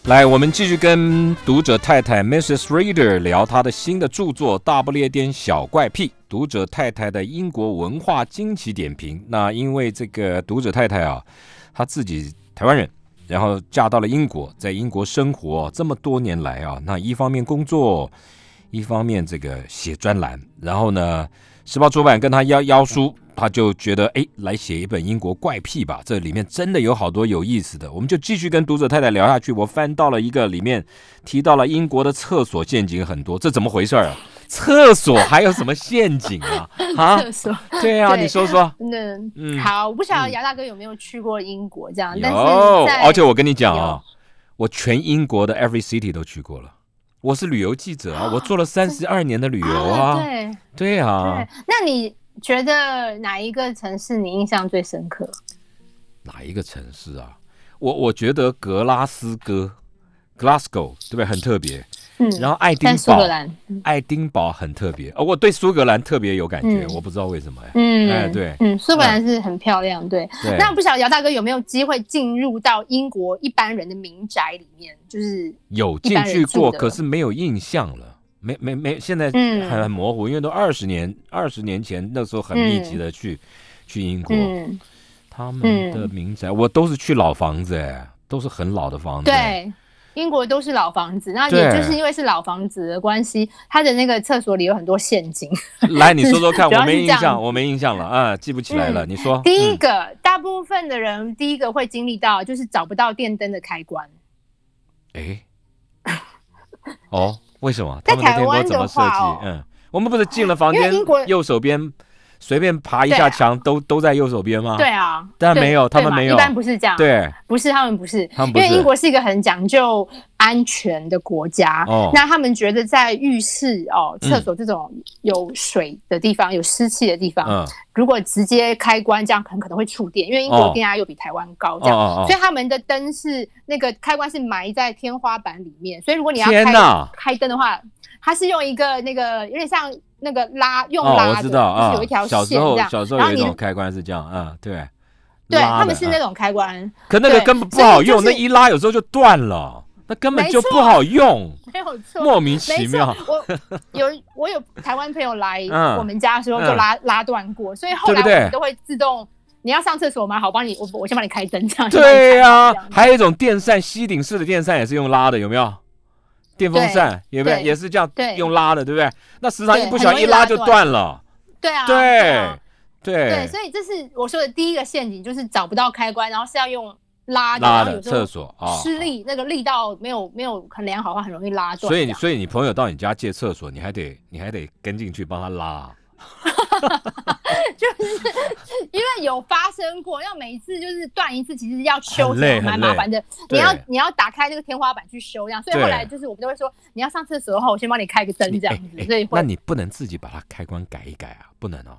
[SPEAKER 2] 来，我们继续跟读者太太 Mrs. Reader 聊她的新的著作《大不列颠小怪癖》。读者太太的英国文化惊奇点评。那因为这个读者太太啊，她自己台湾人，然后嫁到了英国，在英国生活这么多年来啊，那一方面工作，一方面这个写专栏，然后呢，时报出版跟他邀邀书，他就觉得哎，来写一本英国怪癖吧，这里面真的有好多有意思的，我们就继续跟读者太太聊下去。我翻到了一个里面提到了英国的厕所陷阱很多，这怎么回事儿啊？厕所还有什么陷阱啊？啊，
[SPEAKER 3] 厕所，
[SPEAKER 2] 对啊，
[SPEAKER 3] 对
[SPEAKER 2] 你说说。
[SPEAKER 3] 嗯，
[SPEAKER 2] 嗯
[SPEAKER 3] 好，我不晓得牙大哥有没有去过英国这样，但是
[SPEAKER 2] 有，哦
[SPEAKER 3] 在
[SPEAKER 2] 而且我跟你讲啊，我全英国的 every city 都去过了。我是旅游记者啊，我做了三十二年的旅游啊，
[SPEAKER 3] 对
[SPEAKER 2] 对啊
[SPEAKER 3] 对，，那你觉得哪一个城市你印象最深刻？
[SPEAKER 2] 哪一个城市啊？我我觉得格拉斯哥 （Glasgow） 对不对？很特别。
[SPEAKER 3] 嗯，
[SPEAKER 2] 然后爱丁
[SPEAKER 3] 但苏格
[SPEAKER 2] 堡，
[SPEAKER 3] 兰，
[SPEAKER 2] 爱丁堡很特别。哦，我对苏格兰特别有感觉，
[SPEAKER 3] 嗯
[SPEAKER 2] 我不知道为什么哎。
[SPEAKER 3] 嗯，
[SPEAKER 2] 哎对
[SPEAKER 3] 嗯，苏格兰是很漂亮，对。
[SPEAKER 2] 对，
[SPEAKER 3] 那不晓得姚大哥有没有机会进入到英国一般人的民宅里面？就是
[SPEAKER 2] 有
[SPEAKER 3] 一
[SPEAKER 2] 进
[SPEAKER 3] 般人
[SPEAKER 2] 去
[SPEAKER 3] 住
[SPEAKER 2] 过，
[SPEAKER 3] 的
[SPEAKER 2] 可是没有印象了，没没没，现在
[SPEAKER 3] 嗯
[SPEAKER 2] 很很模糊，因为都二十年二十年前那时候很密集的去、去英国，
[SPEAKER 3] 嗯，
[SPEAKER 2] 他们的民宅我都是去老房子，哎，都是很老的房子，哎，
[SPEAKER 3] 对。英国都是老房子，那也
[SPEAKER 2] 对
[SPEAKER 3] 就是因为是老房子的关系，它的那个厕所里有很多陷阱。
[SPEAKER 2] 嗯来你说说 看，
[SPEAKER 3] 主要
[SPEAKER 2] 我
[SPEAKER 3] 是
[SPEAKER 2] 没印
[SPEAKER 3] 这样子
[SPEAKER 2] 象，我没印象了啊，记不起来了，
[SPEAKER 3] 嗯
[SPEAKER 2] 你说
[SPEAKER 3] 第一
[SPEAKER 2] 嗯
[SPEAKER 3] 个，大部分的人第一个会经历到就是找不到电灯的开关。
[SPEAKER 2] 哎、 哦，为什么？他
[SPEAKER 3] 在
[SPEAKER 2] 们的
[SPEAKER 3] 台
[SPEAKER 2] 电锅
[SPEAKER 3] 湾
[SPEAKER 2] 怎么
[SPEAKER 3] 的
[SPEAKER 2] 设计？
[SPEAKER 3] 话哦
[SPEAKER 2] 嗯，我们不是进了房
[SPEAKER 3] 因
[SPEAKER 2] 间
[SPEAKER 3] 为英国，
[SPEAKER 2] 右手边随便爬一
[SPEAKER 3] 对
[SPEAKER 2] 下
[SPEAKER 3] 啊
[SPEAKER 2] 墙，都都在右手边吗？
[SPEAKER 3] 对啊，
[SPEAKER 2] 但
[SPEAKER 3] 对
[SPEAKER 2] 没有他
[SPEAKER 3] 对
[SPEAKER 2] 们
[SPEAKER 3] 嘛
[SPEAKER 2] 没有
[SPEAKER 3] 一般不是这样。，
[SPEAKER 2] 对。
[SPEAKER 3] 不是他们不是，
[SPEAKER 2] 他们不是
[SPEAKER 3] 因为英国是一个很讲究安全的国家。
[SPEAKER 2] 哦
[SPEAKER 3] 那他们觉得在浴室哦、
[SPEAKER 2] 嗯
[SPEAKER 3] 厕所这种有水的地方、有湿气的地方，
[SPEAKER 2] 嗯
[SPEAKER 3] 如果直接开关，这样很可能会触电，因为英国
[SPEAKER 2] 哦
[SPEAKER 3] 电压又比台湾高，这
[SPEAKER 2] 哦
[SPEAKER 3] 样。
[SPEAKER 2] 哦
[SPEAKER 3] 所以
[SPEAKER 2] 哦！
[SPEAKER 3] 他们的灯是那个开关是埋在天花板里面，所以如果你要
[SPEAKER 2] 天
[SPEAKER 3] 开
[SPEAKER 2] 哪
[SPEAKER 3] 开灯的话，它是用一个那个有点像那个拉用
[SPEAKER 2] 哦，
[SPEAKER 3] 拉
[SPEAKER 2] 我
[SPEAKER 3] 的，
[SPEAKER 2] 知道
[SPEAKER 3] 就是
[SPEAKER 2] 啊
[SPEAKER 3] 有一条，线
[SPEAKER 2] 小
[SPEAKER 3] 这
[SPEAKER 2] 时候
[SPEAKER 3] 样，
[SPEAKER 2] 小时候
[SPEAKER 3] 然
[SPEAKER 2] 有
[SPEAKER 3] 后
[SPEAKER 2] 一
[SPEAKER 3] 你
[SPEAKER 2] 种开关是这样啊，对，
[SPEAKER 3] 对
[SPEAKER 2] 拉
[SPEAKER 3] 他们
[SPEAKER 2] 的
[SPEAKER 3] 是
[SPEAKER 2] 啊
[SPEAKER 3] 那种开关，
[SPEAKER 2] 可那个
[SPEAKER 3] 对
[SPEAKER 2] 根本不
[SPEAKER 3] 所以
[SPEAKER 2] 好
[SPEAKER 3] 就
[SPEAKER 2] 用，那
[SPEAKER 3] 是
[SPEAKER 2] 一拉有时候就断了，那根本
[SPEAKER 3] 没
[SPEAKER 2] 就
[SPEAKER 3] 错
[SPEAKER 2] 不好 用，
[SPEAKER 3] 没有错，
[SPEAKER 2] 莫名
[SPEAKER 3] 没
[SPEAKER 2] 其
[SPEAKER 3] 错
[SPEAKER 2] 妙。
[SPEAKER 3] 我 有我有台湾朋友来
[SPEAKER 2] 嗯
[SPEAKER 3] 我们家的时候就拉、拉断过，所以后
[SPEAKER 2] 对
[SPEAKER 3] 来
[SPEAKER 2] 不
[SPEAKER 3] 我
[SPEAKER 2] 对
[SPEAKER 3] 们都会自动。你要上厕所吗？好，帮你，我我先帮你开灯，这样。
[SPEAKER 2] 对呀、
[SPEAKER 3] 这样
[SPEAKER 2] 还有一种电扇，吸顶式的电扇也是用拉的，有没有？电风扇有没有
[SPEAKER 3] 对
[SPEAKER 2] 也是这样
[SPEAKER 3] 对
[SPEAKER 2] 用拉的，对不对？那时常
[SPEAKER 3] 对
[SPEAKER 2] 一不小
[SPEAKER 3] 很
[SPEAKER 2] 心
[SPEAKER 3] 容易
[SPEAKER 2] 一拉
[SPEAKER 3] 拉
[SPEAKER 2] 就
[SPEAKER 3] 断
[SPEAKER 2] 断了，
[SPEAKER 3] 对啊，啊
[SPEAKER 2] 对
[SPEAKER 3] 对，
[SPEAKER 2] 对，
[SPEAKER 3] 所以这是我说的第一个陷阱，就是找不到开关，然后是要用拉的，
[SPEAKER 2] 拉
[SPEAKER 3] 然后
[SPEAKER 2] 的
[SPEAKER 3] 有时候
[SPEAKER 2] 厕所啊，
[SPEAKER 3] 施力，那个力道没有没有很良好的话，很容易拉断。
[SPEAKER 2] 所以你所以你朋友到你家借厕所，你还得你还得跟进去帮他拉啊，
[SPEAKER 3] 因为有发生过，要每一次就是断一次，其实要修
[SPEAKER 2] 很累
[SPEAKER 3] 蛮
[SPEAKER 2] 很
[SPEAKER 3] 麻
[SPEAKER 2] 累
[SPEAKER 3] 烦的。你
[SPEAKER 2] 对
[SPEAKER 3] 要你要打开那个天花板去修，这样。所以后
[SPEAKER 2] 对
[SPEAKER 3] 来就是我们都会说，你要上厕所的话，我先帮你开个灯
[SPEAKER 2] 你
[SPEAKER 3] 这样
[SPEAKER 2] 哎
[SPEAKER 3] 子。
[SPEAKER 2] 哎
[SPEAKER 3] 所以会
[SPEAKER 2] 那你不能自己把它开关改一改啊，不能哦，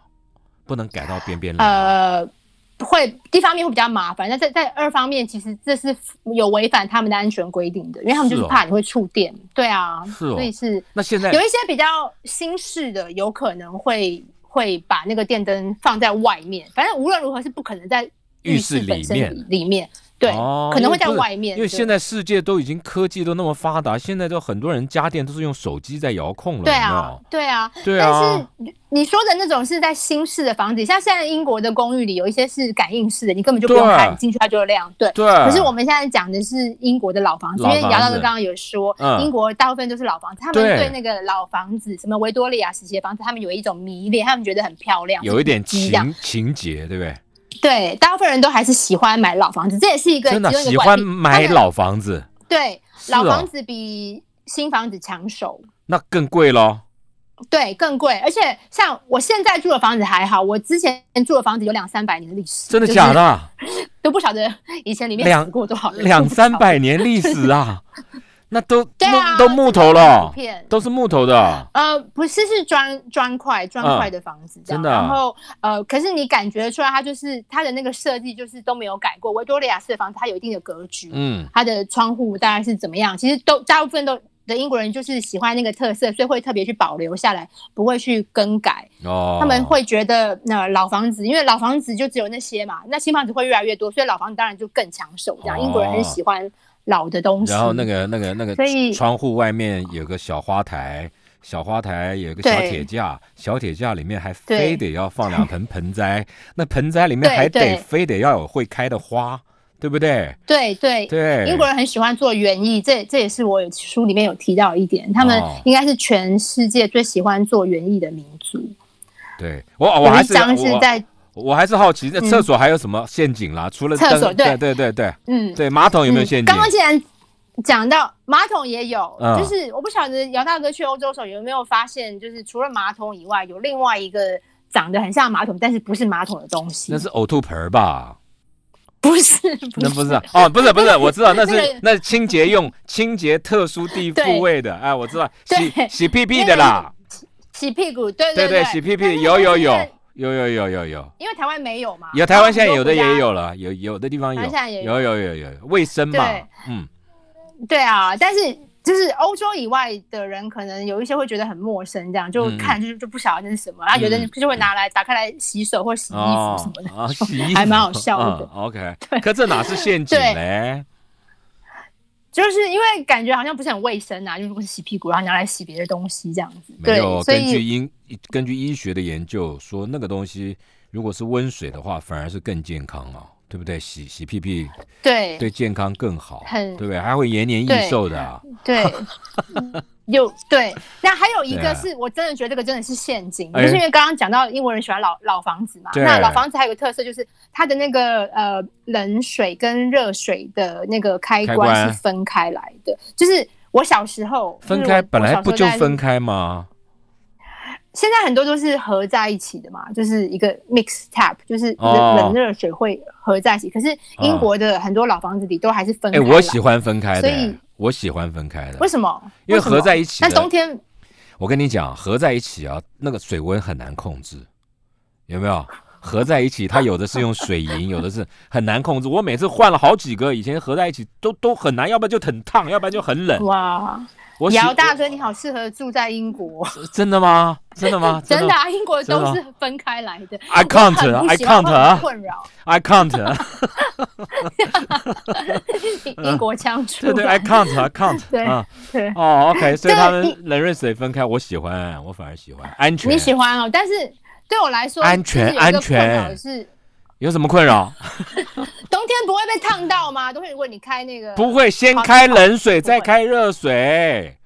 [SPEAKER 2] 不能改到边边来啊。
[SPEAKER 3] 呃。会一方面会比较麻烦，那在在二方面，其实这是有违反他们的安全规定的，因为他们就是是
[SPEAKER 2] 哦
[SPEAKER 3] 怕你会触电，对啊，
[SPEAKER 2] 是哦
[SPEAKER 3] 所以是
[SPEAKER 2] 那现在
[SPEAKER 3] 有一些比较新式的，有可能会会把那个电灯放在外面，反正无论如何是不可能在
[SPEAKER 2] 浴室
[SPEAKER 3] 室
[SPEAKER 2] 里
[SPEAKER 3] 本身
[SPEAKER 2] 面
[SPEAKER 3] 里面，对，
[SPEAKER 2] 哦
[SPEAKER 3] 可能会在
[SPEAKER 2] 因为不是
[SPEAKER 3] 外面。
[SPEAKER 2] 因为现
[SPEAKER 3] 在
[SPEAKER 2] 在世界都已经科技都那么发达，现在都很多人家电都是用手机在遥控了，
[SPEAKER 3] 对
[SPEAKER 2] 有没
[SPEAKER 3] 啊
[SPEAKER 2] 有，
[SPEAKER 3] 对啊。
[SPEAKER 2] 对
[SPEAKER 3] 但
[SPEAKER 2] 啊，
[SPEAKER 3] 是你说的那种是在新式的房子，像现在英国的公寓里有一些是感应式的，你根本就不用
[SPEAKER 2] 对
[SPEAKER 3] 开，你进去它就会亮。对，
[SPEAKER 2] 对。
[SPEAKER 3] 可是我们现在讲的是英国的老房子，
[SPEAKER 2] 老房
[SPEAKER 3] 因
[SPEAKER 2] 子
[SPEAKER 3] 为姚大哥刚刚有说，
[SPEAKER 2] 嗯
[SPEAKER 3] 英国大部分都是老房子，他们
[SPEAKER 2] 对
[SPEAKER 3] 对那个老房子，什么维多利亚时期的房子，他们有一种迷恋，他们觉得很漂亮，
[SPEAKER 2] 有一点
[SPEAKER 3] 是古迹这样
[SPEAKER 2] 情情节，对不对？
[SPEAKER 3] 对，大部分人都还是喜欢买老房子，这也是一个
[SPEAKER 2] 真的
[SPEAKER 3] 其中一个
[SPEAKER 2] 喜
[SPEAKER 3] 怪
[SPEAKER 2] 欢
[SPEAKER 3] 癖
[SPEAKER 2] 买
[SPEAKER 3] 当然
[SPEAKER 2] 老房子，
[SPEAKER 3] 对
[SPEAKER 2] 是哦
[SPEAKER 3] 老房子比新房子抢手，
[SPEAKER 2] 那更贵咯。
[SPEAKER 3] 对，更贵，而且像我现在住的房子还好，我之前住的房子有两三百年的历史，
[SPEAKER 2] 真的
[SPEAKER 3] 就是
[SPEAKER 2] 假的啊？
[SPEAKER 3] 都不晓得以前里面
[SPEAKER 2] 两
[SPEAKER 3] 死过多少人，
[SPEAKER 2] 两三百年历史啊， 那都
[SPEAKER 3] 对啊
[SPEAKER 2] 都都木头了，哦
[SPEAKER 3] 片。
[SPEAKER 2] 都是木头的。
[SPEAKER 3] 呃，不是，是砖砖块砖块的房子这
[SPEAKER 2] 真
[SPEAKER 3] 样，
[SPEAKER 2] 的啊
[SPEAKER 3] 然后呃，可是你感觉出来，它就是它的那个设计就是都没有改过。维多利亚式的房子它有一定的格局，
[SPEAKER 2] 嗯，
[SPEAKER 3] 它的窗户大概是怎么样，其实都大部分都的英国人就是喜欢那个特色，所以会特别去保留下来，不会去更改。
[SPEAKER 2] 哦，
[SPEAKER 3] 他们会觉得那、呃老房子，因为老房子就只有那些嘛，那新房子会越来越多，所以老房子当然就更抢手。这样、
[SPEAKER 2] 哦
[SPEAKER 3] 英国人很喜欢老的东西。
[SPEAKER 2] 然后那个那个那个
[SPEAKER 3] 所以
[SPEAKER 2] 窗户外面有个小花台，小花台有一个小
[SPEAKER 3] 对
[SPEAKER 2] 铁架，小铁架里面还
[SPEAKER 3] 对
[SPEAKER 2] 非得要放两盆盆 栽，那盆栽里面
[SPEAKER 3] 对
[SPEAKER 2] 还得
[SPEAKER 3] 对
[SPEAKER 2] 非得要有会开的花，对不对？
[SPEAKER 3] 对对
[SPEAKER 2] 对，
[SPEAKER 3] 英国人很喜欢做园艺，这这也是我有书里面有提到一点，他们
[SPEAKER 2] 哦
[SPEAKER 3] 应该是全世界最喜欢做园艺的民族。
[SPEAKER 2] 对我我
[SPEAKER 3] 有
[SPEAKER 2] 还
[SPEAKER 3] 一
[SPEAKER 2] 是
[SPEAKER 3] 章是
[SPEAKER 2] 我
[SPEAKER 3] 在
[SPEAKER 2] 我还是好奇，那
[SPEAKER 3] 嗯
[SPEAKER 2] 厕所还有什么陷阱啦？除了
[SPEAKER 3] 厕
[SPEAKER 2] 灯
[SPEAKER 3] 所
[SPEAKER 2] 对
[SPEAKER 3] 对
[SPEAKER 2] 对对对
[SPEAKER 3] 嗯，
[SPEAKER 2] 对，马桶有没有陷阱
[SPEAKER 3] 嗯刚？刚既然讲到马桶也有，
[SPEAKER 2] 嗯
[SPEAKER 3] 就是我不晓得姚大哥去欧洲的时候有没有发现，就是除了马桶以外，有另外一个长得很像马桶，但是不是马桶的东西
[SPEAKER 2] 那，是呕吐盆儿吧？
[SPEAKER 3] 不是，
[SPEAKER 2] 那不是啊哦，不是不是，我知道那
[SPEAKER 3] 那
[SPEAKER 2] 是
[SPEAKER 3] 个
[SPEAKER 2] 那是清洁用、清洁特殊地部位的，哎，我知道洗
[SPEAKER 3] 对
[SPEAKER 2] 洗屁屁的啦，
[SPEAKER 3] 洗屁股，对
[SPEAKER 2] 对
[SPEAKER 3] 对，
[SPEAKER 2] 洗屁
[SPEAKER 3] 但
[SPEAKER 2] 屁
[SPEAKER 3] 是
[SPEAKER 2] 有有有
[SPEAKER 3] 但是
[SPEAKER 2] 有有有有有，
[SPEAKER 3] 因为台湾没有嘛，哦
[SPEAKER 2] 有台湾现在有的
[SPEAKER 3] 然后很
[SPEAKER 2] 也有
[SPEAKER 3] 多国家
[SPEAKER 2] 了，有有的地方有，
[SPEAKER 3] 台湾现在也
[SPEAKER 2] 有
[SPEAKER 3] 有
[SPEAKER 2] 有有有有卫生嘛
[SPEAKER 3] 对，
[SPEAKER 2] 嗯，
[SPEAKER 3] 对啊，但是就是欧洲以外的人，可能有一些会觉得很陌生，这样就
[SPEAKER 2] 嗯
[SPEAKER 3] 看就是就不晓得那是什么，然后有的人就会拿来打开来洗手或洗衣服什
[SPEAKER 2] 哦
[SPEAKER 3] 么的。
[SPEAKER 2] 啊，洗衣服
[SPEAKER 3] 还蛮好笑的
[SPEAKER 2] 嗯 OK，可这哪是陷阱
[SPEAKER 3] 对
[SPEAKER 2] 嘞？
[SPEAKER 3] 就是因为感觉好像不是很卫生啊，就是如果是洗屁股，然后拿来洗别的东西这样子。
[SPEAKER 2] 没
[SPEAKER 3] 对
[SPEAKER 2] 有，，
[SPEAKER 3] 所
[SPEAKER 2] 根据
[SPEAKER 3] 以
[SPEAKER 2] 医根据医学的研究说，那个东西如果是温水的话，反而是更健康哦，对不对？洗洗屁屁
[SPEAKER 3] 对
[SPEAKER 2] 对健康更好，
[SPEAKER 3] 很
[SPEAKER 2] 对不对？还会延年益
[SPEAKER 3] 对
[SPEAKER 2] 寿的啊、
[SPEAKER 3] 对有对。那还有一
[SPEAKER 2] 对啊
[SPEAKER 3] 个是我真的觉得这个真的是陷阱，
[SPEAKER 2] 哎
[SPEAKER 3] 就是因为刚刚讲到英国人喜欢老老房子嘛，
[SPEAKER 2] 对
[SPEAKER 3] 那老房子还有个特色就是它的那个呃冷水跟热水的那个开
[SPEAKER 2] 开
[SPEAKER 3] 关
[SPEAKER 2] 关
[SPEAKER 3] 是分开来的，就是。我小时候
[SPEAKER 2] 分开本来不就，
[SPEAKER 3] 就是我我小时候
[SPEAKER 2] 分
[SPEAKER 3] 在
[SPEAKER 2] 开吗？
[SPEAKER 3] 现在很多都是合在一起的嘛，就是一个 mix tap，就是
[SPEAKER 2] 哦
[SPEAKER 3] 冷冷热水会合在一起。可是英国的很多老房子里都还是分
[SPEAKER 2] 哎，
[SPEAKER 3] 开来。
[SPEAKER 2] 我喜欢分开的
[SPEAKER 3] 所以，
[SPEAKER 2] 我喜欢分开的
[SPEAKER 3] 为。什么？
[SPEAKER 2] 因为
[SPEAKER 3] 什么
[SPEAKER 2] 合在一起的
[SPEAKER 3] 那冬天
[SPEAKER 2] 我跟你讲，合在一起啊，那个水温很难控制，有没有？合在一起，它有的是用水 银，有的是很难控制。我每次换了好几个，以前合在一起都都很难，要不然就很烫，要不然就很冷。
[SPEAKER 3] 哇，
[SPEAKER 2] 我喜
[SPEAKER 3] 姚大
[SPEAKER 2] 我
[SPEAKER 3] 哥你好适合住在英国，？
[SPEAKER 2] 真的吗？真的吗
[SPEAKER 3] 真的
[SPEAKER 2] 吗
[SPEAKER 3] 啊，英国
[SPEAKER 2] 真的
[SPEAKER 3] 都
[SPEAKER 2] 吗
[SPEAKER 3] 是分开来的。
[SPEAKER 2] I 啊
[SPEAKER 3] 我很不
[SPEAKER 2] can't，I
[SPEAKER 3] 喜欢会很
[SPEAKER 2] can't，I
[SPEAKER 3] 困扰
[SPEAKER 2] can't，
[SPEAKER 3] 英国腔出
[SPEAKER 2] 对对
[SPEAKER 3] 来
[SPEAKER 2] ，I。can't，I can't，
[SPEAKER 3] 对
[SPEAKER 2] 啊，
[SPEAKER 3] 对
[SPEAKER 2] 哦，OK，所以
[SPEAKER 3] 对
[SPEAKER 2] 他们冷热水分开，我喜欢，我反而喜欢安全。
[SPEAKER 3] 你喜欢哦，但是对我来说，
[SPEAKER 2] 安全
[SPEAKER 3] 就是有一个
[SPEAKER 2] 安全
[SPEAKER 3] 困扰是
[SPEAKER 2] 有什么困扰？
[SPEAKER 3] 冬天不会被烫到吗？冬天如果你开那个，
[SPEAKER 2] 不会，先开冷水，再开热水。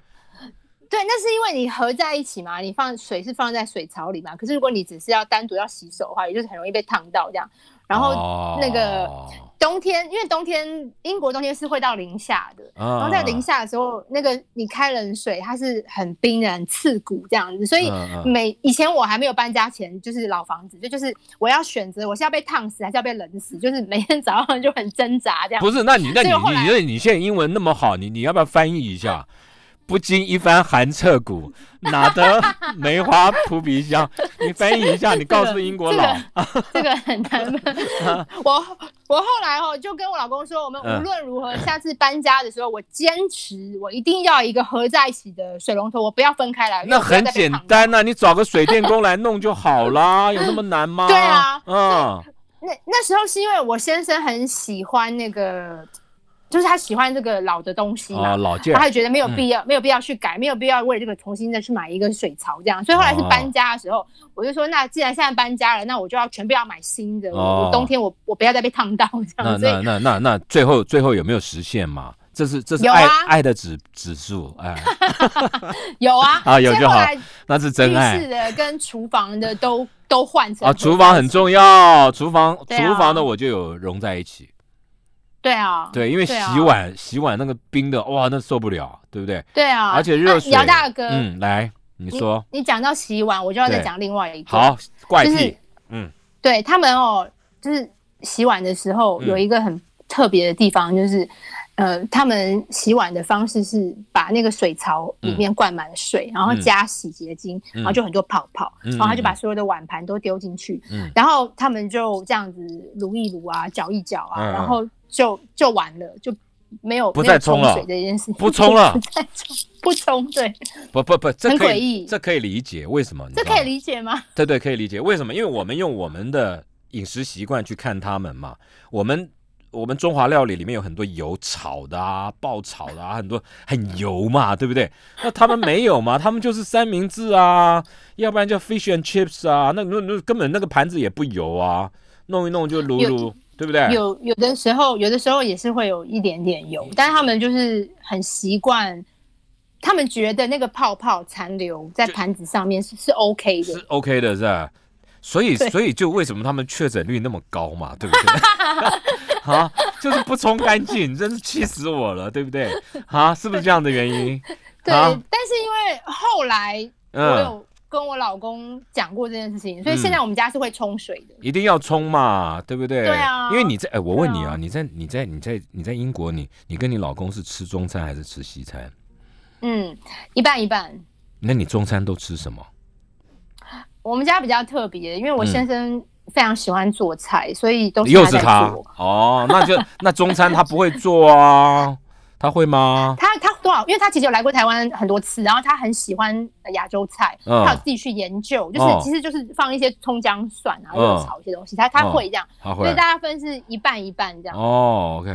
[SPEAKER 3] 对，那是因为你合在一起嘛，你放水是放在水槽里嘛。可是如果你只是要单独要洗手的话，也就是很容易被烫到这样。然后
[SPEAKER 2] 后
[SPEAKER 3] 那个
[SPEAKER 2] 哦
[SPEAKER 3] 冬天，因为冬天英国冬天是会到零下的，然
[SPEAKER 2] 然
[SPEAKER 3] 后在零下的时候，那个你开冷水，它是很冰的、很刺骨这样子，所以
[SPEAKER 2] 嗯嗯
[SPEAKER 3] 每以前我还没有搬家前，就是老房子，这就是我要选择我是要被烫死还是要被冷死，就是每天早上就很挣扎这样。
[SPEAKER 2] 不是，那你那你
[SPEAKER 3] 所以后
[SPEAKER 2] 你
[SPEAKER 3] 来
[SPEAKER 2] 那你现在英文那么好，你你要不要翻译一下？不经一番寒彻骨，哪 得梅花扑鼻香？你翻译一下，你告诉英国佬。
[SPEAKER 3] 这个很难。 我我后来哦，就跟我老公说，我们
[SPEAKER 2] 嗯
[SPEAKER 3] 无论如何，下次搬家的时候，我坚持我一定要一个合在一起的水龙头，我不要分开来。因为
[SPEAKER 2] 那
[SPEAKER 3] 我不要
[SPEAKER 2] 很
[SPEAKER 3] 再被
[SPEAKER 2] 简
[SPEAKER 3] 烫到
[SPEAKER 2] 单呐、啊你找个水电工来弄就好啦，有那么难吗？
[SPEAKER 3] 对啊
[SPEAKER 2] 嗯，
[SPEAKER 3] 那那时候是因为我先生很喜欢那个，就是他喜欢这个老的东西嘛，
[SPEAKER 2] 哦，老件
[SPEAKER 3] 然后他
[SPEAKER 2] 儿
[SPEAKER 3] 也觉得没有必要，没有必要去改，没有必要为了这个重新再去买一个水槽这样。所以后来是
[SPEAKER 2] 哦
[SPEAKER 3] 搬家的时候，我就说，那既然现在搬家了，那我就要全部要买新的，
[SPEAKER 2] 哦
[SPEAKER 3] 我我冬天我我不要再被烫到
[SPEAKER 2] 那
[SPEAKER 3] 这样。所
[SPEAKER 2] 那
[SPEAKER 3] 以
[SPEAKER 2] 那那那最后最后有没有实现嘛？这是这是
[SPEAKER 3] 有啊
[SPEAKER 2] 爱、爱的指指数，哎，
[SPEAKER 3] 有啊，
[SPEAKER 2] 啊有
[SPEAKER 3] 所以
[SPEAKER 2] 就好
[SPEAKER 3] 后来
[SPEAKER 2] 那是真
[SPEAKER 3] 浴
[SPEAKER 2] 爱
[SPEAKER 3] 室。的跟厨房的都都换成
[SPEAKER 2] 啊，厨房很重要，厨房、
[SPEAKER 3] 对啊
[SPEAKER 2] 厨房的我就有融在一起，
[SPEAKER 3] 对啊，
[SPEAKER 2] 对，因为洗
[SPEAKER 3] 对啊
[SPEAKER 2] 碗、洗碗那个冰的，哇，那受不了，对不对？
[SPEAKER 3] 对啊，
[SPEAKER 2] 而且热
[SPEAKER 3] 啊
[SPEAKER 2] 水，
[SPEAKER 3] 姚大哥，
[SPEAKER 2] 嗯，来，你说
[SPEAKER 3] 你讲到洗碗，我就要再
[SPEAKER 2] 对
[SPEAKER 3] 讲另外一个。
[SPEAKER 2] 好怪
[SPEAKER 3] 就
[SPEAKER 2] 癖
[SPEAKER 3] 是，对他们哦，就是洗碗的时候
[SPEAKER 2] 嗯
[SPEAKER 3] 有一个很特别的地方，就是呃，他们洗碗的方式是把那个水槽里
[SPEAKER 2] 嗯
[SPEAKER 3] 面灌满水，然后加洗洁精，然后就很多泡泡，
[SPEAKER 2] 嗯
[SPEAKER 3] 然后他就把所有的碗盘都丢进去，
[SPEAKER 2] 嗯
[SPEAKER 3] 然后他们就这样子撸一撸啊，搅一搅啊，
[SPEAKER 2] 嗯嗯
[SPEAKER 3] 然后就就完了，就。没有
[SPEAKER 2] 不
[SPEAKER 3] 没有
[SPEAKER 2] 再冲了
[SPEAKER 3] 水这件事情，
[SPEAKER 2] 不冲了
[SPEAKER 3] 不再冲，不冲，对，
[SPEAKER 2] 不不不，这
[SPEAKER 3] 很
[SPEAKER 2] 可
[SPEAKER 3] 诡
[SPEAKER 2] 以
[SPEAKER 3] 异
[SPEAKER 2] 这可以理解，为什么？你
[SPEAKER 3] 这
[SPEAKER 2] 知道吗
[SPEAKER 3] 可以理解吗？
[SPEAKER 2] 对对，可以理解。为什么？因为我们用我们的饮食习惯去看他们嘛。我们我们中华料理里面有很多油炒的啊、爆炒的啊，很多很油嘛，对不对？那他们没有嘛？他们就是三明治啊，要不然叫 fish and chips 啊，那那那根本那个盘子也不油啊，弄一弄就撸
[SPEAKER 3] 有
[SPEAKER 2] 撸，对不对？
[SPEAKER 3] 有有的时候，有的时候也是会有一点点油，但他们就是很习惯，他们觉得那个泡泡残留在盘子上面是是 OK
[SPEAKER 2] 是
[SPEAKER 3] 的，
[SPEAKER 2] OK 的，是吧？所以，
[SPEAKER 3] 对
[SPEAKER 2] 所以就为什么他们确诊率那么高嘛，对不对？ 啊，就是不冲干净，真是气死我了，对不对？啊，是不是这样的原因？
[SPEAKER 3] 对。
[SPEAKER 2] 啊
[SPEAKER 3] 但是因为后来我
[SPEAKER 2] 嗯，
[SPEAKER 3] 有跟我老公讲过这件事情，所以
[SPEAKER 2] 嗯
[SPEAKER 3] 现在我们家是会冲水的。
[SPEAKER 2] 一定要冲嘛，对不对？
[SPEAKER 3] 对啊
[SPEAKER 2] 因为你在，哎、我问你
[SPEAKER 3] 对
[SPEAKER 2] 啊，
[SPEAKER 3] 啊
[SPEAKER 2] 你在，你在，你在，你在英国你，你跟你老公是吃中餐还是吃西餐？
[SPEAKER 3] 嗯，一半一半。
[SPEAKER 2] 那你中餐都吃什么？
[SPEAKER 3] 我们家比较特别，因为我
[SPEAKER 2] 嗯
[SPEAKER 3] 先生非常喜欢做菜，所以都是
[SPEAKER 2] 又
[SPEAKER 3] 他
[SPEAKER 2] 是
[SPEAKER 3] 在
[SPEAKER 2] 他
[SPEAKER 3] 做。
[SPEAKER 2] 哦，那就那中餐他不会做啊，他会吗？
[SPEAKER 3] 他他多少？因为他其实有来过台湾很多次，然后他很喜欢呃亚洲菜，
[SPEAKER 2] 嗯
[SPEAKER 3] 他有自己去研究，就是、
[SPEAKER 2] 哦
[SPEAKER 3] 其实就是放一些葱姜蒜啊，
[SPEAKER 2] 嗯
[SPEAKER 3] 然后炒一些东西，他他
[SPEAKER 2] 哦
[SPEAKER 3] 会这样，
[SPEAKER 2] 他
[SPEAKER 3] 所以
[SPEAKER 2] 会
[SPEAKER 3] 大家分是一半一半这样。
[SPEAKER 2] 哦，OK，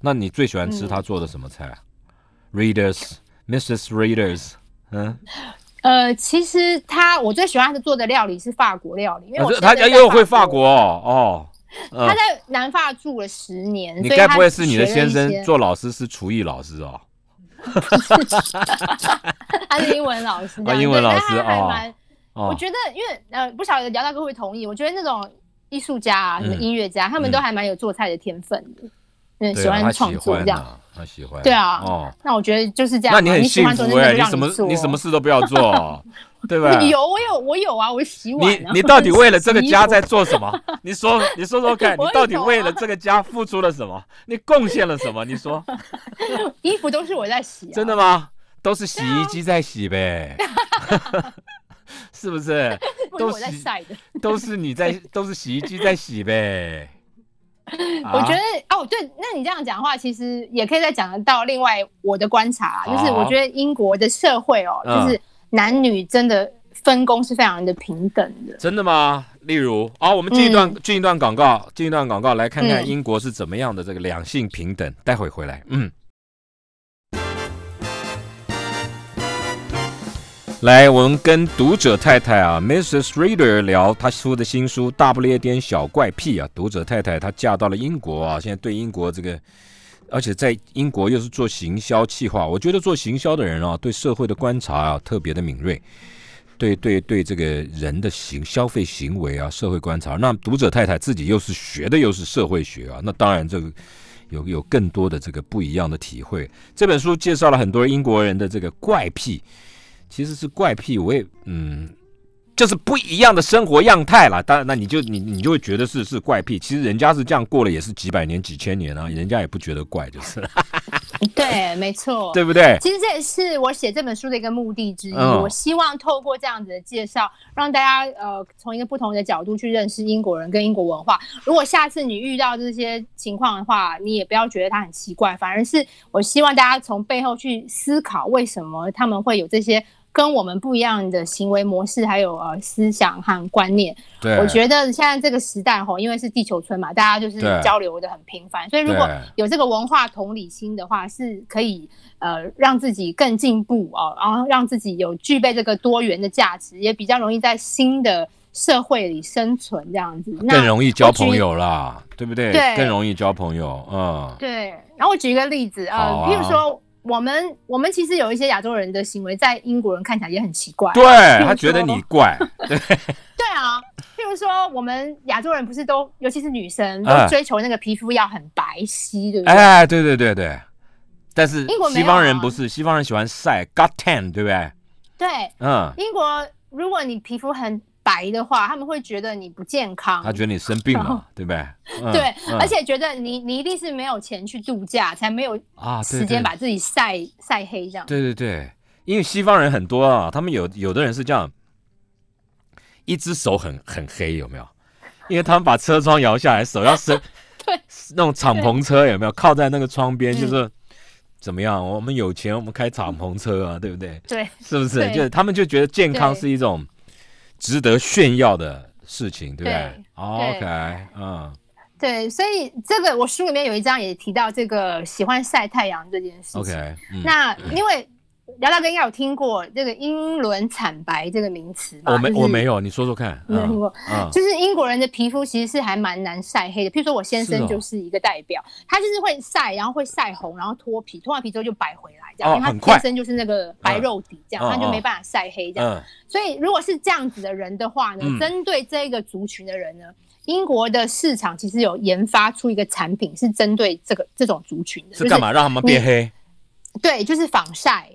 [SPEAKER 2] 那你最喜欢吃
[SPEAKER 3] 嗯
[SPEAKER 2] 他做的什么菜啊？Readers，Mrs. Readers，嗯，
[SPEAKER 3] 呃，其实他我最喜欢他做的料理是法国料理，因为我
[SPEAKER 2] 啊这
[SPEAKER 3] 先
[SPEAKER 2] 他
[SPEAKER 3] 生
[SPEAKER 2] 家
[SPEAKER 3] 在
[SPEAKER 2] 又会法国哦，哦
[SPEAKER 3] 法国，他
[SPEAKER 2] 嗯，
[SPEAKER 3] 在南法住了十年，
[SPEAKER 2] 你
[SPEAKER 3] 所以
[SPEAKER 2] 该
[SPEAKER 3] 他
[SPEAKER 2] 不会是你的
[SPEAKER 3] 学
[SPEAKER 2] 先
[SPEAKER 3] 了一
[SPEAKER 2] 生
[SPEAKER 3] 些？
[SPEAKER 2] 做老师是厨艺老师哦？
[SPEAKER 3] 他是英文老师这样，
[SPEAKER 2] 啊英文老
[SPEAKER 3] 对但
[SPEAKER 2] 师
[SPEAKER 3] 他还
[SPEAKER 2] 哦
[SPEAKER 3] 蛮我
[SPEAKER 2] 哦，
[SPEAKER 3] 觉得，因为呃，不晓得姚大哥会不会同意？我觉得那种艺术家啊，什么
[SPEAKER 2] 嗯
[SPEAKER 3] 音乐家，他们
[SPEAKER 2] 嗯
[SPEAKER 3] 都还蛮有做菜的天分的，嗯，
[SPEAKER 2] 对
[SPEAKER 3] 喜
[SPEAKER 2] 啊，他
[SPEAKER 3] 欢
[SPEAKER 2] 喜
[SPEAKER 3] 创作
[SPEAKER 2] 欢
[SPEAKER 3] 这样。
[SPEAKER 2] 啊，他喜欢，
[SPEAKER 3] 对啊
[SPEAKER 2] 哦，
[SPEAKER 3] 那我觉得就是这样
[SPEAKER 2] 那
[SPEAKER 3] 嘛。
[SPEAKER 2] 你很
[SPEAKER 3] 喜
[SPEAKER 2] 幸
[SPEAKER 3] 欢做那
[SPEAKER 2] 福
[SPEAKER 3] 个
[SPEAKER 2] 哎，
[SPEAKER 3] 就
[SPEAKER 2] 你
[SPEAKER 3] 让
[SPEAKER 2] 什么
[SPEAKER 3] 做啊
[SPEAKER 2] 你什么事都不要 做，对吧？
[SPEAKER 3] 有我有我有啊，我洗碗
[SPEAKER 2] 你
[SPEAKER 3] 啊。
[SPEAKER 2] 你
[SPEAKER 3] 我
[SPEAKER 2] 到底为了这个
[SPEAKER 3] 洗衣
[SPEAKER 2] 家
[SPEAKER 3] 服
[SPEAKER 2] 在做什么？你说你说 说看，你
[SPEAKER 3] 我也
[SPEAKER 2] 到底
[SPEAKER 3] 有
[SPEAKER 2] 为
[SPEAKER 3] 啊
[SPEAKER 2] 了这个家付出了什么？你贡献了什么？你说。
[SPEAKER 3] 衣服都是我在洗啊，
[SPEAKER 2] 真的吗？都是洗
[SPEAKER 3] 啊
[SPEAKER 2] 衣机在洗 呗，是不是？
[SPEAKER 3] 不是
[SPEAKER 2] 都
[SPEAKER 3] 我在
[SPEAKER 2] 洗
[SPEAKER 3] 晒的。
[SPEAKER 2] 都是你在，都是洗衣机在洗呗。
[SPEAKER 3] 我觉
[SPEAKER 2] 啊
[SPEAKER 3] 得哦，对，那你这样讲话，其实也可以再讲得到另外我的观察啊，就是
[SPEAKER 2] 好
[SPEAKER 3] 我觉得英国的社会哦，
[SPEAKER 2] 嗯
[SPEAKER 3] 就是男女真的分工是非常的平等 的。
[SPEAKER 2] 真的吗？例如，好、我们进一段、进一段广告，进一段广告，来看看
[SPEAKER 3] 嗯
[SPEAKER 2] 英国是怎么样的这个两性平等。待会回来，嗯。来，我们跟读者太太啊，Mrs. Reader 聊她出的新书《大不列颠小怪癖》啊。读者太太她嫁到了英国啊，现在对英国这个，而且在英国又是做行销企划，我觉得做行销的人啊，对社会的观察啊特别的敏锐。对对对，这个人的行消费行为啊，社会观察。那读者太太自己又是学的又是社会学啊，那当然这个有有更多的这个不一样的体会。这本书介绍了很多英国人的这个怪癖，其实是怪癖，我也嗯，就是不一样的生活样态啦。当然，那你就你你就会觉得是是怪癖，其实人家是这样过了也是几百年几千年啊，人家也不觉得怪， 就是了
[SPEAKER 3] 对，没错。
[SPEAKER 2] 对不对？
[SPEAKER 3] 其实这也是我写这本书的一个目的之一。
[SPEAKER 2] 嗯
[SPEAKER 3] 我希望透过这样子的介绍，让大家呃从一个不同的角度去认识英国人跟英国文化。如果下次你遇到这些情况的话，你也不要觉得它很奇怪，反而是我希望大家从背后去思考，为什么他们会有这些跟我们不一样的行为模式，还有呃思想和观念。
[SPEAKER 2] 对，
[SPEAKER 3] 我觉得现在这个时代吼，因为是地球村嘛，大家就是
[SPEAKER 2] 对
[SPEAKER 3] 交流的很频繁，所以如果
[SPEAKER 2] 对
[SPEAKER 3] 有这个文化同理心的话，是可以呃让自己更进步哦，然后让自己有具备这个多元的价值，也比较容易在新的社会里生存这样子。那
[SPEAKER 2] 更容易交
[SPEAKER 3] 我举
[SPEAKER 2] 朋友啦，对不对？
[SPEAKER 3] 对
[SPEAKER 2] 更容易交朋友，嗯。
[SPEAKER 3] 对，然后我举一个例子，呃，
[SPEAKER 2] 好啊
[SPEAKER 3] 譬如说我们我们其实有一些亚洲人的行为，在英国人看起来也很奇怪，
[SPEAKER 2] 对
[SPEAKER 3] 比如
[SPEAKER 2] 他觉得
[SPEAKER 3] 说
[SPEAKER 2] 你怪，
[SPEAKER 3] 对啊，譬如说我们亚洲人不是都，尤其是女生，都
[SPEAKER 2] 哎
[SPEAKER 3] 追求那个皮肤要很白皙， 对不对？
[SPEAKER 2] 哎，对对对对。但是
[SPEAKER 3] 英国没
[SPEAKER 2] 西
[SPEAKER 3] 有
[SPEAKER 2] 方人
[SPEAKER 3] 啊
[SPEAKER 2] 不是，西方人喜欢晒 got tan，对不对？
[SPEAKER 3] 对，
[SPEAKER 2] 嗯，
[SPEAKER 3] 英国如果你皮肤很白的话，他们会觉得你不健康，
[SPEAKER 2] 他觉得你生病 了，对不对？嗯
[SPEAKER 3] 对，
[SPEAKER 2] 啊嗯
[SPEAKER 3] 而且觉得你你一定是没有钱去度假，才没有
[SPEAKER 2] 啊，对
[SPEAKER 3] 时
[SPEAKER 2] 对
[SPEAKER 3] 间把自己晒晒黑这样。
[SPEAKER 2] 对对对，因为西方人很多啊，他们有有的人是这样，一只手很很黑，有没有？因为他们把车窗摇下来，手要伸
[SPEAKER 3] 对，
[SPEAKER 2] 那种敞篷车有没有？靠在那个窗边，
[SPEAKER 3] 嗯
[SPEAKER 2] 就是怎么样？我们有钱，我们开敞篷车啊，对不对？
[SPEAKER 3] 对
[SPEAKER 2] 是不是？
[SPEAKER 3] 对
[SPEAKER 2] 就是他们就觉得健康
[SPEAKER 3] 对
[SPEAKER 2] 是一种值得炫耀的事情，对不
[SPEAKER 3] 对
[SPEAKER 2] 哦
[SPEAKER 3] 对
[SPEAKER 2] OK，嗯，
[SPEAKER 3] 对，所以这个我书里面有一章也提到这个喜欢晒太阳这件事情。
[SPEAKER 2] OK，嗯，
[SPEAKER 3] 那因为姚大哥应该有听过这个英伦惨白这个名词吧？
[SPEAKER 2] 我没
[SPEAKER 3] 就是
[SPEAKER 2] 我没有，你说说看，
[SPEAKER 3] 没有听过
[SPEAKER 2] 嗯
[SPEAKER 3] 就是英国人的皮肤其实是还蛮难晒黑的，譬如说我先
[SPEAKER 2] 是
[SPEAKER 3] 生
[SPEAKER 2] 哦
[SPEAKER 3] 就是一个代表，他就是会晒，然后会晒红，然后脱皮，脱完皮之后就白回来，这样，
[SPEAKER 2] 哦
[SPEAKER 3] 因为
[SPEAKER 2] 很
[SPEAKER 3] 他
[SPEAKER 2] 快
[SPEAKER 3] 天生就是那个白肉底，这
[SPEAKER 2] 嗯
[SPEAKER 3] 样、他
[SPEAKER 2] 嗯
[SPEAKER 3] 就
[SPEAKER 2] 嗯
[SPEAKER 3] 没办法晒黑这样。
[SPEAKER 2] 嗯
[SPEAKER 3] 所以如果是这样子的人的话呢，
[SPEAKER 2] 嗯
[SPEAKER 3] 针对这个族群的人呢，英国的市场其实有研发出一个产品是针对这个这种族群的，
[SPEAKER 2] 是干嘛
[SPEAKER 3] 就
[SPEAKER 2] 让他们变
[SPEAKER 3] 你
[SPEAKER 2] 黑？
[SPEAKER 3] 是？对，就是防晒。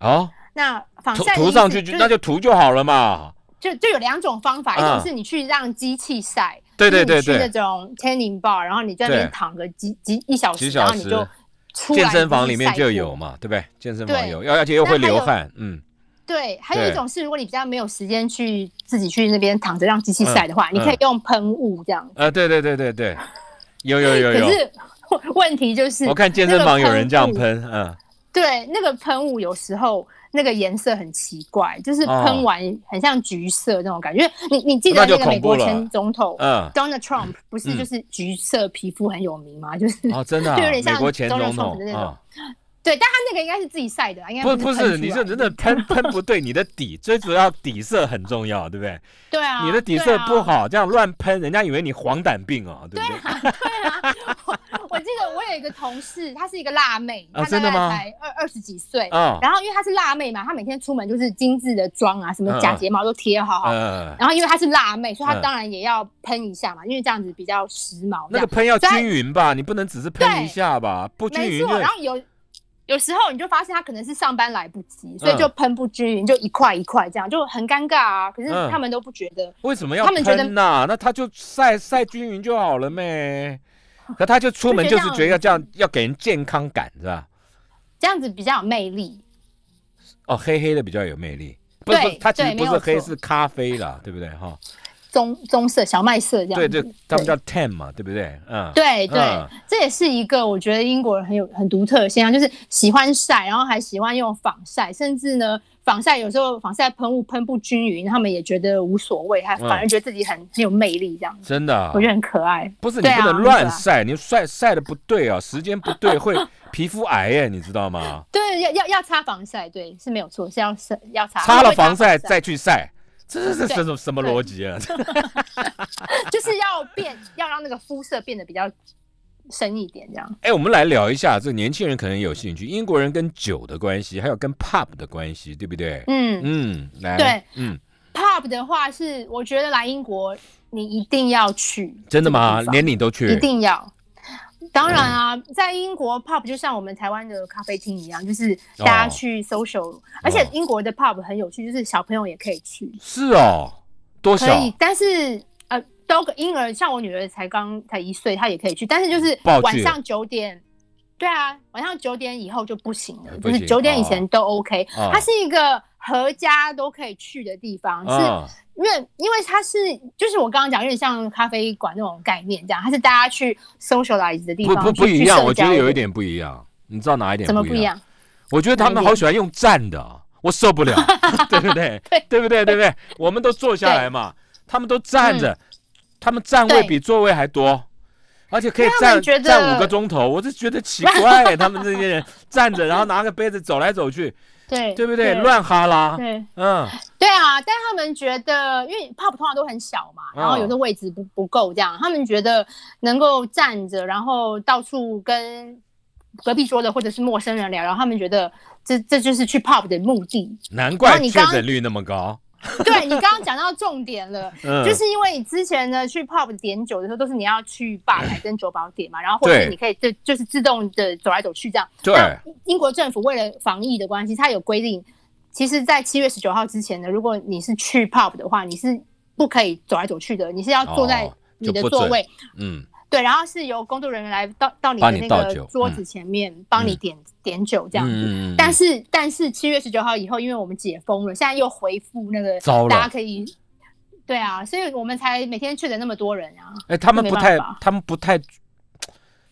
[SPEAKER 2] 哦，
[SPEAKER 3] 那防
[SPEAKER 2] 涂
[SPEAKER 3] 晒的
[SPEAKER 2] 涂
[SPEAKER 3] 意
[SPEAKER 2] 上
[SPEAKER 3] 思
[SPEAKER 2] 去
[SPEAKER 3] 就
[SPEAKER 2] 就那就涂就好了嘛。
[SPEAKER 3] 就就有两种方法，一
[SPEAKER 2] 啊
[SPEAKER 3] 种是你去让机器晒，
[SPEAKER 2] 对对
[SPEAKER 3] 就是你
[SPEAKER 2] 对对
[SPEAKER 3] 去那种 tanning bar，然后你在那
[SPEAKER 2] 对
[SPEAKER 3] 边躺个几几一小
[SPEAKER 2] 几
[SPEAKER 3] 时，
[SPEAKER 2] 小
[SPEAKER 3] 然后你
[SPEAKER 2] 时
[SPEAKER 3] 就出来
[SPEAKER 2] 健身房
[SPEAKER 3] 自
[SPEAKER 2] 里
[SPEAKER 3] 己
[SPEAKER 2] 面
[SPEAKER 3] 晒
[SPEAKER 2] 就
[SPEAKER 3] 过
[SPEAKER 2] 有。嘛，对不对？健身房
[SPEAKER 3] 对
[SPEAKER 2] 有，要而且又
[SPEAKER 3] 那
[SPEAKER 2] 会
[SPEAKER 3] 还
[SPEAKER 2] 流
[SPEAKER 3] 有
[SPEAKER 2] 汗，嗯，
[SPEAKER 3] 对，还有
[SPEAKER 2] 对
[SPEAKER 3] 一种是如果你比较没有时间去自己去那边躺着让机器晒的话，
[SPEAKER 2] 嗯
[SPEAKER 3] 你可以
[SPEAKER 2] 嗯
[SPEAKER 3] 用喷雾这样。
[SPEAKER 2] 啊，对对对对对，有有有
[SPEAKER 3] 可
[SPEAKER 2] 有，
[SPEAKER 3] 是问题就是，
[SPEAKER 2] 我看健身房有人这样。喷，嗯，
[SPEAKER 3] 对，那个喷雾有时候那个颜色很奇怪，就是
[SPEAKER 2] 哦
[SPEAKER 3] 喷完很像橘色那种感觉。因为你你记
[SPEAKER 2] 那
[SPEAKER 3] 得
[SPEAKER 2] 就
[SPEAKER 3] 那个美
[SPEAKER 2] 恐怖
[SPEAKER 3] 国
[SPEAKER 2] 了
[SPEAKER 3] 前总统
[SPEAKER 2] 嗯
[SPEAKER 3] Donald Trump 不是
[SPEAKER 2] 嗯
[SPEAKER 3] 就是橘色皮肤很有名吗？就是
[SPEAKER 2] 哦，真的啊，
[SPEAKER 3] 就有点
[SPEAKER 2] 美
[SPEAKER 3] 像
[SPEAKER 2] 国前总
[SPEAKER 3] Donald Trump
[SPEAKER 2] 统
[SPEAKER 3] 的那种
[SPEAKER 2] 啊，
[SPEAKER 3] 对，但他那个应该是自己晒的啦，应该
[SPEAKER 2] 不
[SPEAKER 3] 不
[SPEAKER 2] 不
[SPEAKER 3] 喷出
[SPEAKER 2] 是，你
[SPEAKER 3] 来
[SPEAKER 2] 是真 的喷喷不对，你的底最主要底色很重要，对不对？
[SPEAKER 3] 对啊，
[SPEAKER 2] 你的底
[SPEAKER 3] 对
[SPEAKER 2] 色
[SPEAKER 3] 啊
[SPEAKER 2] 不。好，这样乱喷，人家以为你黄疸病哦，对不对？
[SPEAKER 3] 我记得我有一个同事，她是一个辣妹，
[SPEAKER 2] 啊
[SPEAKER 3] 她
[SPEAKER 2] 真
[SPEAKER 3] 大
[SPEAKER 2] 的
[SPEAKER 3] 概
[SPEAKER 2] 吗
[SPEAKER 3] 才二二十几岁。
[SPEAKER 2] 啊，
[SPEAKER 3] 然后因为她是辣妹嘛，她每天出门就是精致的妆啊，什
[SPEAKER 2] 嗯
[SPEAKER 3] 么
[SPEAKER 2] 嗯
[SPEAKER 3] 假睫毛都贴好好。
[SPEAKER 2] 呃，
[SPEAKER 3] 然后因为她是辣妹，所以她
[SPEAKER 2] 嗯
[SPEAKER 3] 当然也要喷一下嘛，因为这样子比较时髦。这
[SPEAKER 2] 那
[SPEAKER 3] 样
[SPEAKER 2] 个喷要
[SPEAKER 3] 所以
[SPEAKER 2] 均匀吧，你不能只是喷一
[SPEAKER 3] 对
[SPEAKER 2] 下吧，不均
[SPEAKER 3] 没
[SPEAKER 2] 匀
[SPEAKER 3] 错，
[SPEAKER 2] 就
[SPEAKER 3] 然后有有时候你就发现他可能是上班来不及，所以
[SPEAKER 2] 嗯
[SPEAKER 3] 就喷不均匀，就一块一块这样，就很尴尬啊。可是
[SPEAKER 2] 嗯
[SPEAKER 3] 他们都不觉得，
[SPEAKER 2] 为什么要
[SPEAKER 3] 他们觉得
[SPEAKER 2] 喷呐、那他就晒晒均匀就好了咩？可他就出门
[SPEAKER 3] 就
[SPEAKER 2] 就
[SPEAKER 3] 觉得嗯
[SPEAKER 2] 是觉得要这样，要给人健康感是吧？
[SPEAKER 3] 这样子比较有魅力。
[SPEAKER 2] 哦，黑黑的比较有魅力，不是不
[SPEAKER 3] 对
[SPEAKER 2] 是，他其实
[SPEAKER 3] 对
[SPEAKER 2] 不
[SPEAKER 3] 没
[SPEAKER 2] 是
[SPEAKER 3] 有
[SPEAKER 2] 黑，
[SPEAKER 3] 错
[SPEAKER 2] 是咖啡啦，对不对哈？
[SPEAKER 3] 棕棕色、小麦色这样
[SPEAKER 2] 对
[SPEAKER 3] 子。
[SPEAKER 2] 对，他们叫 tan 嘛，对不对？嗯，
[SPEAKER 3] 对对
[SPEAKER 2] 嗯
[SPEAKER 3] 这也是一个我觉得英国人很有很独特的现象，就是喜欢晒，然后还喜欢用防晒，甚至呢防晒有时候防晒喷雾喷不均匀，他们也觉得无所谓，还
[SPEAKER 2] 嗯
[SPEAKER 3] 反而觉得自己很、很有魅力这样子，
[SPEAKER 2] 真的啊、
[SPEAKER 3] 我觉得很可爱。
[SPEAKER 2] 不是你
[SPEAKER 3] 对
[SPEAKER 2] 不
[SPEAKER 3] 啊
[SPEAKER 2] 能
[SPEAKER 3] 很可
[SPEAKER 2] 乱
[SPEAKER 3] 爱
[SPEAKER 2] 晒，你晒晒的不对 啊，时间不对会皮肤癌耶，你知道吗？
[SPEAKER 3] 对，要要要擦防晒，对，是没有错，是要是要擦。
[SPEAKER 2] 擦
[SPEAKER 3] 因
[SPEAKER 2] 了
[SPEAKER 3] 为
[SPEAKER 2] 防晒再去晒，这这这
[SPEAKER 3] 对
[SPEAKER 2] 这种什么逻辑啊？
[SPEAKER 3] 就是要变，要让那个肤色变得比较深一点，这样。 嗯
[SPEAKER 2] 哎，我们来聊一下，这年轻人可能有兴趣，英国人跟酒的关系，还有跟 pub 的关系，对不对？
[SPEAKER 3] 嗯
[SPEAKER 2] 嗯，来，
[SPEAKER 3] 对，
[SPEAKER 2] 嗯，
[SPEAKER 3] ，pub 的话是，我觉得来英国你一定要去，
[SPEAKER 2] 真的吗？连哦你都
[SPEAKER 3] 一
[SPEAKER 2] 去？
[SPEAKER 3] 定要。当然啊，在英国 pub 就像我们台湾的咖啡厅一样，就是大家
[SPEAKER 2] 哦
[SPEAKER 3] 去 social，、而且英国的 pub 很有趣，就是小朋友也可以去，
[SPEAKER 2] 是哦，多
[SPEAKER 3] 可
[SPEAKER 2] 小？
[SPEAKER 3] 以，但是呃，都婴儿像我女儿才刚才一岁，她也可以去，但是就是
[SPEAKER 2] 暴
[SPEAKER 3] 晚
[SPEAKER 2] 去
[SPEAKER 3] 上九点，对啊，晚上九点以后就不行了，
[SPEAKER 2] 不
[SPEAKER 3] 就是
[SPEAKER 2] 行
[SPEAKER 3] 九点以前都 OK，、
[SPEAKER 2] 哦
[SPEAKER 3] 它是一个合家都可以去的地方，是
[SPEAKER 2] 啊，
[SPEAKER 3] 因为因为它是就是我刚刚讲有点像咖啡馆那种概念这样，它是大家去 socialize 的地
[SPEAKER 2] 不
[SPEAKER 3] 方，
[SPEAKER 2] 不
[SPEAKER 3] 去
[SPEAKER 2] 不一
[SPEAKER 3] 去
[SPEAKER 2] 样，
[SPEAKER 3] 社
[SPEAKER 2] 我觉得
[SPEAKER 3] 交
[SPEAKER 2] 有
[SPEAKER 3] 的
[SPEAKER 2] 一点不一样，你知道哪一点？
[SPEAKER 3] 怎么
[SPEAKER 2] 不
[SPEAKER 3] 不一？样？
[SPEAKER 2] 我觉得他们好喜欢用站的，啊我受 不了，对不对？对不对？对不对？我们都坐下来嘛，他们都站着，他们站位
[SPEAKER 3] 嗯对
[SPEAKER 2] 比座位还多，而且可以
[SPEAKER 3] 因为他
[SPEAKER 2] 站
[SPEAKER 3] 们觉得
[SPEAKER 2] 站五个钟头，我就觉得奇 怪，他们这些人站着，然后拿个杯子走来走去，
[SPEAKER 3] 对
[SPEAKER 2] 对不对？乱哈拉，
[SPEAKER 3] 对
[SPEAKER 2] 嗯，
[SPEAKER 3] 对啊，但他们觉得，因为 pub 通常都很小嘛，
[SPEAKER 2] 嗯
[SPEAKER 3] 然后有时候位置不不够，这样他们觉得能够站着，然后到处跟隔壁桌的或者是陌生人聊，然后他们觉得这这就是去 pub 的目的。
[SPEAKER 2] 难
[SPEAKER 3] 然
[SPEAKER 2] 怪
[SPEAKER 3] 后你
[SPEAKER 2] 确
[SPEAKER 3] 刚
[SPEAKER 2] 诊率那么高，
[SPEAKER 3] 对你刚刚讲到重点了，
[SPEAKER 2] 嗯，
[SPEAKER 3] 就是因为你之前呢去 pub 点酒的时候，都是你要去吧台跟酒保点嘛，然后或者
[SPEAKER 2] 对
[SPEAKER 3] 是你可以就就是自动的走来走去这样。
[SPEAKER 2] 对
[SPEAKER 3] 那英国政府为了防疫的关系，它有规定其实，在七月十九号之前呢，如果你是去 pub 的话，你是不可以走来走去的，你是要坐在
[SPEAKER 2] 哦
[SPEAKER 3] 你
[SPEAKER 2] 就
[SPEAKER 3] 的
[SPEAKER 2] 不
[SPEAKER 3] 座
[SPEAKER 2] 准
[SPEAKER 3] 位，
[SPEAKER 2] 嗯，
[SPEAKER 3] 对，然后是由工作人员来到到你
[SPEAKER 2] 帮
[SPEAKER 3] 的
[SPEAKER 2] 你
[SPEAKER 3] 那
[SPEAKER 2] 倒酒
[SPEAKER 3] 个桌
[SPEAKER 2] 嗯
[SPEAKER 3] 子前面帮你
[SPEAKER 2] 嗯
[SPEAKER 3] 点点酒这样子。
[SPEAKER 2] 嗯嗯嗯
[SPEAKER 3] 但是但是七月十九号以后，因为我们解封了，现在又恢复那个
[SPEAKER 2] 糟了
[SPEAKER 3] 大家可以。对啊，所以我们才每天确诊那么多人啊。
[SPEAKER 2] 哎，他们
[SPEAKER 3] 没
[SPEAKER 2] 不
[SPEAKER 3] 办
[SPEAKER 2] 太
[SPEAKER 3] 法，
[SPEAKER 2] 他们不太，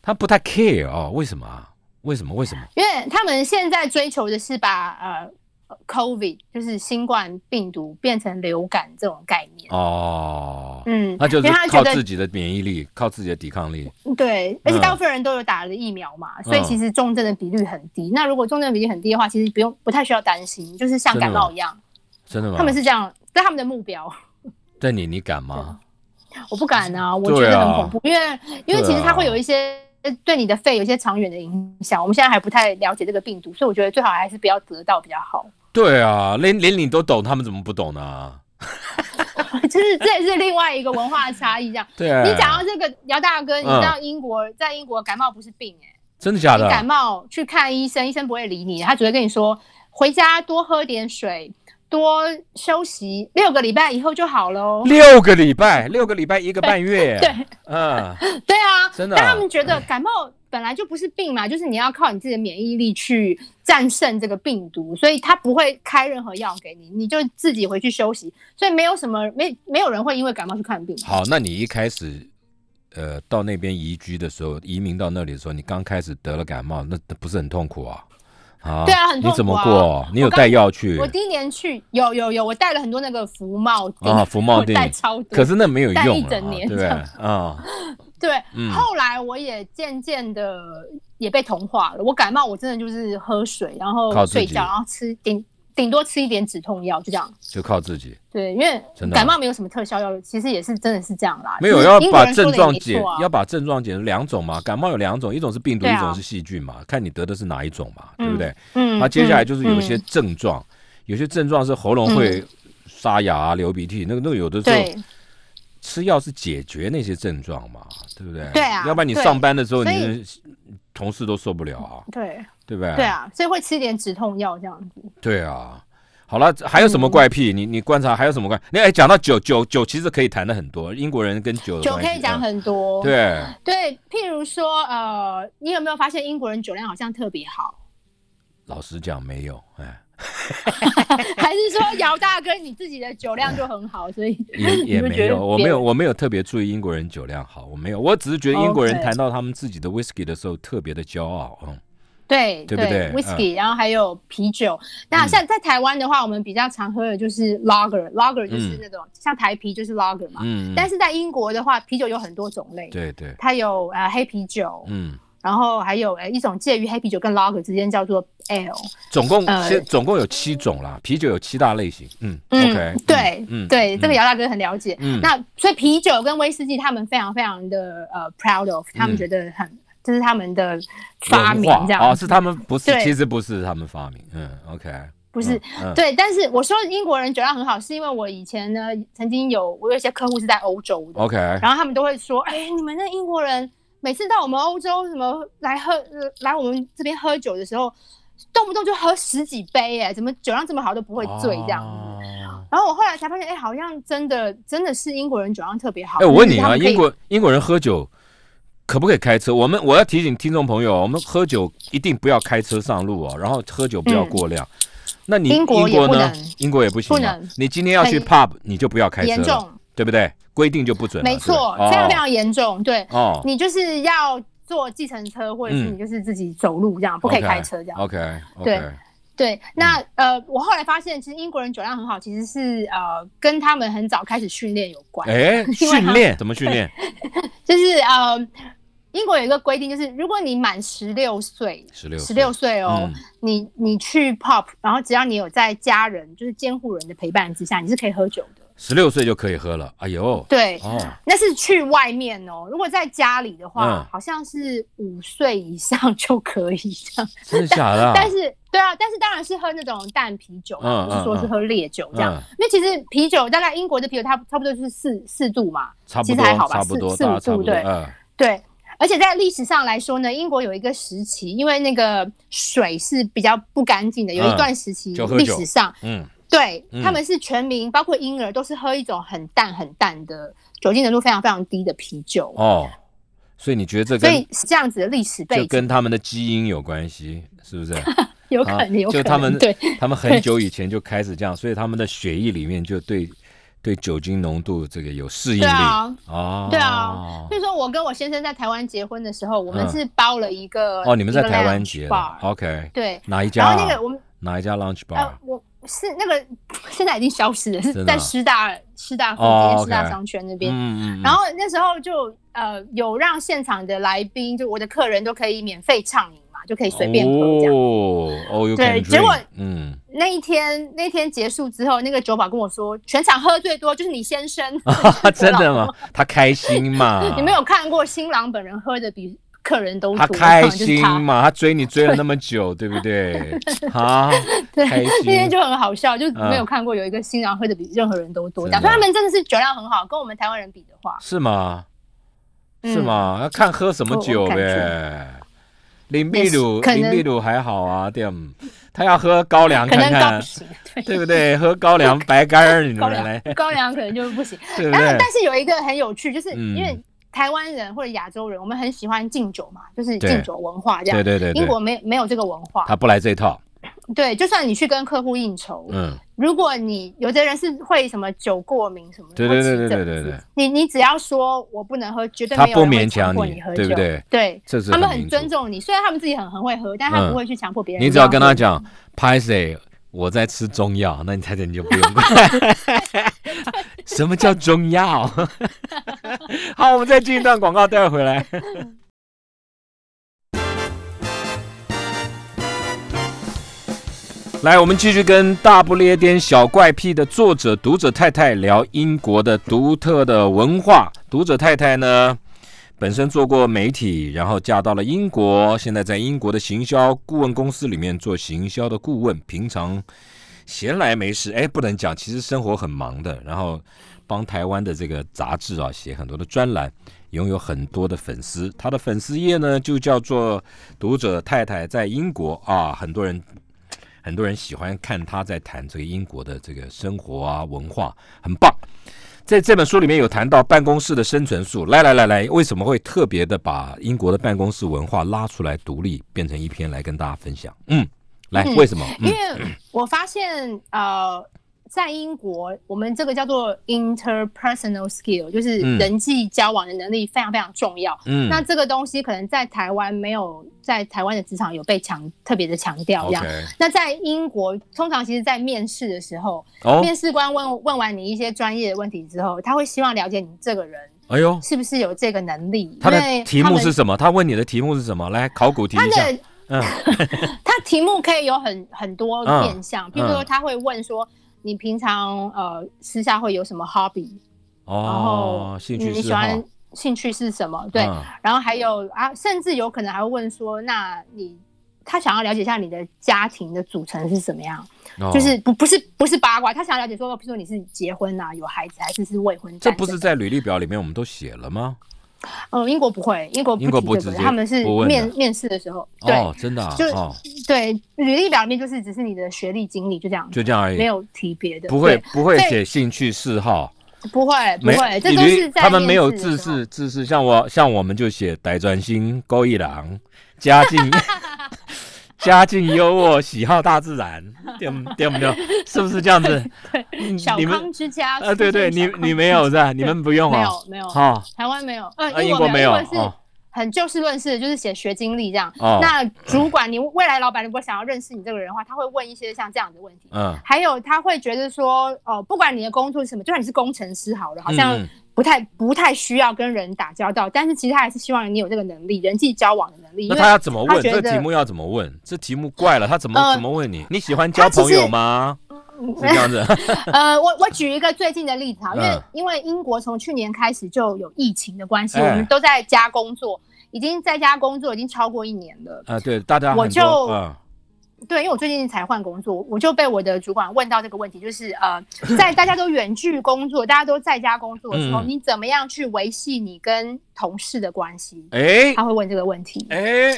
[SPEAKER 2] 他们不太 care 哦，为什么啊？为什么？为什么？
[SPEAKER 3] 因为他们现在追求的是把呃，COVID 就是新冠病毒变成流感这种概念。
[SPEAKER 2] 哦，
[SPEAKER 3] 嗯，
[SPEAKER 2] 那就
[SPEAKER 3] 因
[SPEAKER 2] 是
[SPEAKER 3] 为他觉
[SPEAKER 2] 靠
[SPEAKER 3] 得
[SPEAKER 2] 自己的免疫力，靠自己的抵抗力。
[SPEAKER 3] 对，而且
[SPEAKER 2] 嗯
[SPEAKER 3] 大部分人都有打了疫苗嘛，所以
[SPEAKER 2] 嗯
[SPEAKER 3] 其实重症的比率很低。那如果重症比率很低的话，其实不用不太需要担心，就是像
[SPEAKER 2] 真的哦嗯
[SPEAKER 3] 感
[SPEAKER 2] 吗
[SPEAKER 3] 冒一样，
[SPEAKER 2] 真的吗？
[SPEAKER 3] 他们是这样，这是他们的目标。
[SPEAKER 2] 但你你敢吗？
[SPEAKER 3] 我不敢啊，我
[SPEAKER 2] 对
[SPEAKER 3] 觉得
[SPEAKER 2] 啊
[SPEAKER 3] 很恐怖，因为因为其
[SPEAKER 2] 对
[SPEAKER 3] 实
[SPEAKER 2] 啊
[SPEAKER 3] 它会有一些对你的肺有一些长远的影响。我们现在还不太了解这个病毒，所以我觉得最好还是不要得到比较好。
[SPEAKER 2] 对啊，连连你都懂，他们怎么不懂呢？
[SPEAKER 3] 就是这也是另外一个文化差 异，这样。
[SPEAKER 2] 对啊，
[SPEAKER 3] 你讲到这个姚大哥，你知
[SPEAKER 2] 嗯
[SPEAKER 3] 道英国在英国感冒不是病哎、
[SPEAKER 2] 真的假
[SPEAKER 3] 你
[SPEAKER 2] 的？
[SPEAKER 3] 感冒去看医生，医生不会理你，他只会跟你说回家多喝点水，多休息，六个礼拜以后就好喽。
[SPEAKER 2] 六个礼拜，六个礼拜，一个半月。
[SPEAKER 3] 对，
[SPEAKER 2] 嗯，
[SPEAKER 3] 对啊，
[SPEAKER 2] 真的啊
[SPEAKER 3] 但他们觉得感冒本来就不是病嘛，就是你要靠你自己的免疫力去战胜这个病毒，所以他不会开任何药给你，你就自己回去休息。所以没有什么没没有人会因为感冒去看病。
[SPEAKER 2] 好，那你一开始，呃，到那边移居的时候，移民到那里的时候，你刚开始得了感冒，那那不是很痛苦啊？啊，
[SPEAKER 3] 对啊很痛苦啊
[SPEAKER 2] 你怎么过？你有
[SPEAKER 3] 我刚
[SPEAKER 2] 带药去
[SPEAKER 3] 我第一年去有有有，我带了很多那个福帽钉
[SPEAKER 2] 啊？服茂
[SPEAKER 3] 我
[SPEAKER 2] 定
[SPEAKER 3] 带超多。
[SPEAKER 2] 可是那没有
[SPEAKER 3] 带一
[SPEAKER 2] 用啊，
[SPEAKER 3] 整
[SPEAKER 2] 对
[SPEAKER 3] 年
[SPEAKER 2] 不对？
[SPEAKER 3] 这样
[SPEAKER 2] 啊，
[SPEAKER 3] 对，
[SPEAKER 2] 嗯
[SPEAKER 3] 后来我也渐渐的也被同化了。我感冒，我真的就是喝水，然
[SPEAKER 2] 靠
[SPEAKER 3] 后
[SPEAKER 2] 自己
[SPEAKER 3] 睡觉，然后吃顶顶多吃一点止痛药，就这样。
[SPEAKER 2] 就靠自己，
[SPEAKER 3] 对，因为
[SPEAKER 2] 真的啊
[SPEAKER 3] 感冒没有什么特效药，其实也是真的是这样啦。
[SPEAKER 2] 没有
[SPEAKER 3] 就是
[SPEAKER 2] 要
[SPEAKER 3] 啊英国
[SPEAKER 2] 把
[SPEAKER 3] 人说
[SPEAKER 2] 症
[SPEAKER 3] 的
[SPEAKER 2] 状
[SPEAKER 3] 也
[SPEAKER 2] 解
[SPEAKER 3] 没错啊，
[SPEAKER 2] 要把症状解两种嘛。感冒有两种，一种是病毒，
[SPEAKER 3] 对
[SPEAKER 2] 一
[SPEAKER 3] 啊
[SPEAKER 2] 种是细菌嘛，看你得的是哪一种嘛，
[SPEAKER 3] 嗯
[SPEAKER 2] 对不对？
[SPEAKER 3] 嗯
[SPEAKER 2] 那接下来就是有一些
[SPEAKER 3] 嗯
[SPEAKER 2] 症状，有些症状是喉咙会沙哑啊、流鼻涕，那个那个有的时候
[SPEAKER 3] 对
[SPEAKER 2] 吃药是解决那些症状嘛，对不对？
[SPEAKER 3] 对啊
[SPEAKER 2] 要不然你
[SPEAKER 3] 对
[SPEAKER 2] 上班的时候，
[SPEAKER 3] 所
[SPEAKER 2] 你
[SPEAKER 3] 以
[SPEAKER 2] 的同事都受不了啊，
[SPEAKER 3] 对
[SPEAKER 2] 对不对？
[SPEAKER 3] 对，啊，所以会吃一点止痛药这样子。
[SPEAKER 2] 对啊。好了，还有什
[SPEAKER 3] 嗯
[SPEAKER 2] 么怪癖？你你观察还有什么怪？你哎，讲到酒酒酒，其实可以谈的很多。英国人跟酒的
[SPEAKER 3] 酒
[SPEAKER 2] 关
[SPEAKER 3] 可以
[SPEAKER 2] 系
[SPEAKER 3] 讲、很多，
[SPEAKER 2] 嗯对，
[SPEAKER 3] 对，譬如说呃，你有没有发现英国人酒量好像特别好？
[SPEAKER 2] 老实讲没有，哎，
[SPEAKER 3] 还是说姚大哥你自己的酒量就很好，所以
[SPEAKER 2] 也也
[SPEAKER 3] 你会
[SPEAKER 2] 没
[SPEAKER 3] 觉得
[SPEAKER 2] 有，我
[SPEAKER 3] 别
[SPEAKER 2] 没
[SPEAKER 3] 人
[SPEAKER 2] 有，我没有特别注意英国人酒量好，我没有，我只是觉得英国人
[SPEAKER 3] OK
[SPEAKER 2] 谈到他们自己的 whisky 的时候特别的骄傲，嗯，
[SPEAKER 3] 对
[SPEAKER 2] 对不嗯对
[SPEAKER 3] ？Whisky，、然后还有啤酒。那像在台湾的话，我们比较常喝的就是 Lager，Lager 就是那种、像台啤就是 Lager 嘛。
[SPEAKER 2] 嗯嗯嗯
[SPEAKER 3] 啊
[SPEAKER 2] 嗯
[SPEAKER 3] 但是在英国的话，啤酒有很多种类，
[SPEAKER 2] 对对，
[SPEAKER 3] 它有呃黑啤酒，
[SPEAKER 2] 嗯，
[SPEAKER 3] 然后还有呃一种介于黑啤酒跟 Lager 之间叫做 Ale。
[SPEAKER 2] 总共
[SPEAKER 3] 呃
[SPEAKER 2] 现总共有七种啦，啤酒有七大类型，嗯，OK，嗯
[SPEAKER 3] 对，
[SPEAKER 2] 嗯，
[SPEAKER 3] 对，这个
[SPEAKER 2] 嗯
[SPEAKER 3] 姚大哥很了解。
[SPEAKER 2] 嗯
[SPEAKER 3] 那所以啤酒跟威士忌，他们非常非常的呃 proud of，他
[SPEAKER 2] 嗯
[SPEAKER 3] 们觉得很、这是他们的发明
[SPEAKER 2] 文化
[SPEAKER 3] 这样
[SPEAKER 2] 哦，
[SPEAKER 3] 子
[SPEAKER 2] 是他们不是，
[SPEAKER 3] 对
[SPEAKER 2] 其实不是他们发明，嗯，OK，
[SPEAKER 3] 不是、
[SPEAKER 2] 嗯嗯
[SPEAKER 3] 对，但是我说英国人酒量很好，是因为我以前呢曾经有我有一些客户是在欧洲的
[SPEAKER 2] ，OK，
[SPEAKER 3] 然后他们都会说，哎，你们那英国人每次到我们欧洲什么来喝呃来我们这边喝酒的时候，动不动就喝十几杯，哎，怎么酒量这么好都不会醉这样子。
[SPEAKER 2] 哦
[SPEAKER 3] 然后我后来才发现，哎，好像真的真的是英国人酒量特别好。
[SPEAKER 2] 哎，我问你啊，
[SPEAKER 3] 就是他们可以
[SPEAKER 2] 英国英国人喝酒可不可以开车？我们我要提醒听众朋友，我们喝酒一定不要开车上路哦，然后喝酒不要过量。那你英
[SPEAKER 3] 嗯英国也
[SPEAKER 2] 国
[SPEAKER 3] 不
[SPEAKER 2] 呢
[SPEAKER 3] 能？
[SPEAKER 2] 英国也不行啊，
[SPEAKER 3] 不能
[SPEAKER 2] 你今天要去
[SPEAKER 3] 很
[SPEAKER 2] pub，你就不要开车
[SPEAKER 3] 严
[SPEAKER 2] 了，
[SPEAKER 3] 重，
[SPEAKER 2] 对不对？规定就不准了。
[SPEAKER 3] 没
[SPEAKER 2] 是不是
[SPEAKER 3] 错，
[SPEAKER 2] 哦
[SPEAKER 3] 非常非常严重。对，
[SPEAKER 2] 哦，
[SPEAKER 3] 你就是要坐计程车，或者是
[SPEAKER 2] 嗯
[SPEAKER 3] 你就是自己走路这样，不可以开车这样。
[SPEAKER 2] OK，, 嗯 o k
[SPEAKER 3] 对对，那、呃，我后来发现，其实英国人酒量很好，其实是呃跟他们很早开始训练有关。
[SPEAKER 2] 哎，训练怎么训练？
[SPEAKER 3] 就是呃，英国有一个规定，就是如果你满十六岁，
[SPEAKER 2] 16
[SPEAKER 3] 十
[SPEAKER 2] 岁
[SPEAKER 3] 六岁哦，
[SPEAKER 2] 嗯
[SPEAKER 3] 你你去 pub，然后只要你有在家人就是监护人的陪伴之下，你是可以喝酒的。
[SPEAKER 2] 十六岁就可以喝了，哎呦，
[SPEAKER 3] 对，
[SPEAKER 2] 哦，
[SPEAKER 3] 那是去外面哦。如果在家里的话，
[SPEAKER 2] 嗯
[SPEAKER 3] 好像是五岁以上就可以这样。
[SPEAKER 2] 真的假的啊？
[SPEAKER 3] 但是，对啊，但是当然是喝那种淡啤酒啦，
[SPEAKER 2] 嗯
[SPEAKER 3] 不是说是
[SPEAKER 2] 嗯
[SPEAKER 3] 喝烈酒这样。
[SPEAKER 2] 嗯
[SPEAKER 3] 因为其实啤酒大概英国的啤酒它差不多就是四四度嘛，
[SPEAKER 2] 差不
[SPEAKER 3] 其
[SPEAKER 2] 多，
[SPEAKER 3] 实还好吧
[SPEAKER 2] 差不多，
[SPEAKER 3] 四
[SPEAKER 2] 大家
[SPEAKER 3] 四
[SPEAKER 2] 差
[SPEAKER 3] 五
[SPEAKER 2] 不
[SPEAKER 3] 度
[SPEAKER 2] 多，
[SPEAKER 3] 对
[SPEAKER 2] 嗯
[SPEAKER 3] 对。而且在历史上来说呢，英国有一个时期，因为那个水是比较不干净的，有一段时期
[SPEAKER 2] 嗯就喝
[SPEAKER 3] 历
[SPEAKER 2] 酒
[SPEAKER 3] 史上，
[SPEAKER 2] 嗯，
[SPEAKER 3] 对
[SPEAKER 2] 嗯
[SPEAKER 3] 他们是全民，包括婴儿，都是喝一种很淡很淡的酒精浓度非常非常低的啤酒。
[SPEAKER 2] 哦，所以你觉得这
[SPEAKER 3] 所
[SPEAKER 2] 跟
[SPEAKER 3] 以是这样子的历史
[SPEAKER 2] 就
[SPEAKER 3] 背景，
[SPEAKER 2] 跟他们的基因有关系，是不 是？
[SPEAKER 3] 有可
[SPEAKER 2] 啊
[SPEAKER 3] 能，有可
[SPEAKER 2] 就
[SPEAKER 3] 能，
[SPEAKER 2] 他们
[SPEAKER 3] 对，
[SPEAKER 2] 他们很久以前就开始这样，所以他们的血液里面就对对酒精浓度这个有适应力
[SPEAKER 3] 对啊
[SPEAKER 2] 哦
[SPEAKER 3] 对啊所以说我跟我先生在台湾结婚的时候，我们
[SPEAKER 2] 嗯
[SPEAKER 3] 是包了一个
[SPEAKER 2] 哦，你们在
[SPEAKER 3] 一个
[SPEAKER 2] 台湾
[SPEAKER 3] lounge
[SPEAKER 2] 结的
[SPEAKER 3] bar，
[SPEAKER 2] ，OK，
[SPEAKER 3] 对，
[SPEAKER 2] 哪一家
[SPEAKER 3] 然
[SPEAKER 2] 啊？
[SPEAKER 3] 后那个我们
[SPEAKER 2] 哪一家 lunch
[SPEAKER 3] 呃
[SPEAKER 2] bar？
[SPEAKER 3] 我是那个现在已经消失了，
[SPEAKER 2] 哦真
[SPEAKER 3] 是
[SPEAKER 2] 的啊
[SPEAKER 3] 在师大师大附
[SPEAKER 2] 哦
[SPEAKER 3] 近、
[SPEAKER 2] ，OK
[SPEAKER 3] 师大商圈那边。
[SPEAKER 2] 嗯嗯嗯，
[SPEAKER 3] 然后那时候就呃有让现场的来宾，就我的客人都可以免费畅饮嘛，就可以随便喝这样。
[SPEAKER 2] 哦哦，有
[SPEAKER 3] 对结果
[SPEAKER 2] 嗯，
[SPEAKER 3] 那一天那天结束之后，那个酒保跟我说，全场喝最多就是你先生，？
[SPEAKER 2] 真的吗？他开心嘛
[SPEAKER 3] 你没有看过新郎本人喝的比客人都多，
[SPEAKER 2] 他开
[SPEAKER 3] 就是
[SPEAKER 2] 心
[SPEAKER 3] 他。
[SPEAKER 2] 嘛？他追你追了那么久，对不 对？啊，
[SPEAKER 3] 对，
[SPEAKER 2] 开心
[SPEAKER 3] 那天就很好笑，就没有
[SPEAKER 2] 嗯
[SPEAKER 3] 看过有一个新郎喝的比任何人都多，
[SPEAKER 2] 真
[SPEAKER 3] 讲
[SPEAKER 2] 的啊
[SPEAKER 3] 说他们真的是酒量很好，跟我们台湾人比的话，
[SPEAKER 2] 是吗？
[SPEAKER 3] 嗯
[SPEAKER 2] 是吗？要看喝什么
[SPEAKER 3] 我
[SPEAKER 2] 酒
[SPEAKER 3] 我感
[SPEAKER 2] 呗。林秘鲁，
[SPEAKER 3] 可
[SPEAKER 2] 林
[SPEAKER 3] 能
[SPEAKER 2] 秘鲁还好啊，对吗，他要喝高粱
[SPEAKER 3] 可
[SPEAKER 2] 看
[SPEAKER 3] 能高
[SPEAKER 2] 看啊
[SPEAKER 3] 不， 行，
[SPEAKER 2] 对不对？喝高粱白干儿，你
[SPEAKER 3] 高
[SPEAKER 2] 们来
[SPEAKER 3] 粱， 高粱可能就不行。
[SPEAKER 2] 对不
[SPEAKER 3] 然后
[SPEAKER 2] 对？
[SPEAKER 3] 但是有啊一个很有趣，就是
[SPEAKER 2] 嗯
[SPEAKER 3] 因为台湾人或者亚洲人，我们很喜欢敬酒嘛，就是
[SPEAKER 2] 对
[SPEAKER 3] 敬酒文化这样。
[SPEAKER 2] 对对对
[SPEAKER 3] 英
[SPEAKER 2] 对，
[SPEAKER 3] 国没没有这个文化，
[SPEAKER 2] 他不来这一套，
[SPEAKER 3] 对，就算你去跟客户应酬，
[SPEAKER 2] 嗯，
[SPEAKER 3] 如果你有的人是会什么酒过敏什么，
[SPEAKER 2] 对对
[SPEAKER 3] 或
[SPEAKER 2] 对
[SPEAKER 3] 起
[SPEAKER 2] 对
[SPEAKER 3] 疹
[SPEAKER 2] 对对对
[SPEAKER 3] 子，你你只要说我不能喝，绝对
[SPEAKER 2] 他
[SPEAKER 3] 没有人
[SPEAKER 2] 不
[SPEAKER 3] 会
[SPEAKER 2] 勉强
[SPEAKER 3] 强迫
[SPEAKER 2] 你
[SPEAKER 3] 喝
[SPEAKER 2] 对
[SPEAKER 3] 酒，
[SPEAKER 2] 不对
[SPEAKER 3] 对，
[SPEAKER 2] 这是
[SPEAKER 3] 他们
[SPEAKER 2] 很
[SPEAKER 3] 很
[SPEAKER 2] 民主
[SPEAKER 3] 尊重你，虽然他们自己很很会喝，但他
[SPEAKER 2] 嗯
[SPEAKER 3] 不会去强迫别人。
[SPEAKER 2] 你只要跟他
[SPEAKER 3] 喝
[SPEAKER 2] 讲拍谁，我在吃中药，那你太太你就 不用管。什么叫中药？ 好，我们再进一段广告，待会儿回来。 来，我们继续跟《大不列颠小怪癖》的作者读者太太聊英国的独特的文化。读者太太呢，本身做过媒体，然后嫁到了英国，现在在英国的行销顾问公司里面做行销的顾问，平常闲来没事，哎，不能讲，其实生活很忙的，然后帮台湾的这个杂志啊写很多的专栏，拥有很多的粉丝。他的粉丝页呢就叫做“读者太太在英国”啊，很多人。很多人喜欢看他在谈这个英国的这个生活啊文化，很棒。在这本书里面有谈到办公室的生存术，来来来来，为什么会特别的把英国的办公室文化拉出来独立，变成一篇来跟大家分享？嗯，来，
[SPEAKER 3] 嗯
[SPEAKER 2] 为什么？
[SPEAKER 3] 因
[SPEAKER 2] 嗯
[SPEAKER 3] 为我发现呃，在英国，我们这个叫做 interpersonal skill，就是
[SPEAKER 2] 嗯
[SPEAKER 3] 人际交往的能力非常非常重要。
[SPEAKER 2] 嗯，
[SPEAKER 3] 那这个东西可能在台湾没有，在台湾的职场有被强特别的强调这样。
[SPEAKER 2] OK，
[SPEAKER 3] 那在英国，通常其实，在面试的时候，
[SPEAKER 2] 哦，
[SPEAKER 3] 面试官问问完你一些专业的问题之后，他会希望了解你这个人
[SPEAKER 2] 哎呦，
[SPEAKER 3] 是不是有这个能力。
[SPEAKER 2] 他的
[SPEAKER 3] 因为
[SPEAKER 2] 题
[SPEAKER 3] 他
[SPEAKER 2] 目
[SPEAKER 3] 们
[SPEAKER 2] 是什么？他问你的题目是什么？来，考古题
[SPEAKER 3] 他
[SPEAKER 2] 一下。
[SPEAKER 3] 的
[SPEAKER 2] 嗯，
[SPEAKER 3] 他题目可以有很很多面向，譬如说
[SPEAKER 2] 嗯
[SPEAKER 3] 他会问说你平常呃私下会有什么 hobby，、然
[SPEAKER 2] 哦
[SPEAKER 3] 后，
[SPEAKER 2] 兴
[SPEAKER 3] 你
[SPEAKER 2] 趣
[SPEAKER 3] 喜
[SPEAKER 2] 嗜好
[SPEAKER 3] 欢。兴趣是什么？对，
[SPEAKER 2] 嗯
[SPEAKER 3] 然后还有啊，甚至有可能还会问说，那你他想要了解一下你的家庭的组成是怎么样，
[SPEAKER 2] 哦
[SPEAKER 3] 就是不不是不是八卦，他想要了解说，譬如说你是结婚啊，有孩子，还是是未婚？
[SPEAKER 2] 这不是在履历表里面我们都写了吗？
[SPEAKER 3] 呃，英国不会，英国不
[SPEAKER 2] 英国
[SPEAKER 3] 提
[SPEAKER 2] 不
[SPEAKER 3] 这个
[SPEAKER 2] 直接
[SPEAKER 3] 他们是
[SPEAKER 2] 不问的
[SPEAKER 3] 面面试的时候，对、
[SPEAKER 2] 哦，真的啊，
[SPEAKER 3] 就
[SPEAKER 2] 哦，
[SPEAKER 3] 对，履历表里面就是只是你的学历、经历，就这样子
[SPEAKER 2] 就这样而已
[SPEAKER 3] 没，有提别的，
[SPEAKER 2] 哎不会
[SPEAKER 3] 对
[SPEAKER 2] 不会
[SPEAKER 3] 所以
[SPEAKER 2] 写兴趣嗜好，
[SPEAKER 3] 不会不
[SPEAKER 2] 没
[SPEAKER 3] 会，这
[SPEAKER 2] 你
[SPEAKER 3] 都
[SPEAKER 2] 履历
[SPEAKER 3] 是在
[SPEAKER 2] 他们没有
[SPEAKER 3] 面
[SPEAKER 2] 自
[SPEAKER 3] 试的时候
[SPEAKER 2] 视自视，像我像我们就写歹专心、勾一郎、家境 家境优渥、喜好大自然，对不对不对？是不是这样子？嗯
[SPEAKER 3] 小
[SPEAKER 2] 你们
[SPEAKER 3] 康之家
[SPEAKER 2] 啊，对对，
[SPEAKER 3] 出身
[SPEAKER 2] 你
[SPEAKER 3] 小康
[SPEAKER 2] 你
[SPEAKER 3] 之
[SPEAKER 2] 没
[SPEAKER 3] 家
[SPEAKER 2] 有是吧？你们不用
[SPEAKER 3] 没
[SPEAKER 2] 啊，
[SPEAKER 3] 有没有，
[SPEAKER 2] 好
[SPEAKER 3] 台湾没有，
[SPEAKER 2] 啊，
[SPEAKER 3] 呃，
[SPEAKER 2] 英
[SPEAKER 3] 英
[SPEAKER 2] 国
[SPEAKER 3] 没
[SPEAKER 2] 有
[SPEAKER 3] 有，英
[SPEAKER 2] 哦
[SPEAKER 3] 是。很就事论事，就是写学经历这样。
[SPEAKER 2] 哦
[SPEAKER 3] 那主管，你未来老板如果想要认识你这个人的话，他会问一些像这样的问题。
[SPEAKER 2] 嗯，
[SPEAKER 3] 还有他会觉得说，哦、不管你的工作是什么，就算你是工程师好了，好像
[SPEAKER 2] 嗯嗯
[SPEAKER 3] 不太不太需要跟人打交道，但是其实他还是希望你有这个能力，人际交往的能力。
[SPEAKER 2] 那
[SPEAKER 3] 因为
[SPEAKER 2] 他要怎么问？
[SPEAKER 3] 他觉
[SPEAKER 2] 这
[SPEAKER 3] 得
[SPEAKER 2] 个题目要怎么问？这题目怪了，他怎么、
[SPEAKER 3] 呃
[SPEAKER 2] 怎么问你？你喜欢交
[SPEAKER 3] 他其
[SPEAKER 2] 朋
[SPEAKER 3] 实
[SPEAKER 2] 友吗？是这 样子，
[SPEAKER 3] 呃，我我举一个最近的例子啊，因为、
[SPEAKER 2] 嗯
[SPEAKER 3] 因为英国从去年开始就有疫情的关系，
[SPEAKER 2] 哎
[SPEAKER 3] 我们都在家工作，已经在家工作已经超过一年了。
[SPEAKER 2] 啊，对，大家
[SPEAKER 3] 我
[SPEAKER 2] 很
[SPEAKER 3] 就
[SPEAKER 2] 多，嗯
[SPEAKER 3] 对，因为我最近才换工作，我就被我的主管问到这个问题，就是呃，在大家都远距工作，大家都在家工作的时候，
[SPEAKER 2] 嗯
[SPEAKER 3] 你怎么样去维系你跟同事的关系？
[SPEAKER 2] 哎
[SPEAKER 3] 他会问这个问题，
[SPEAKER 2] 哎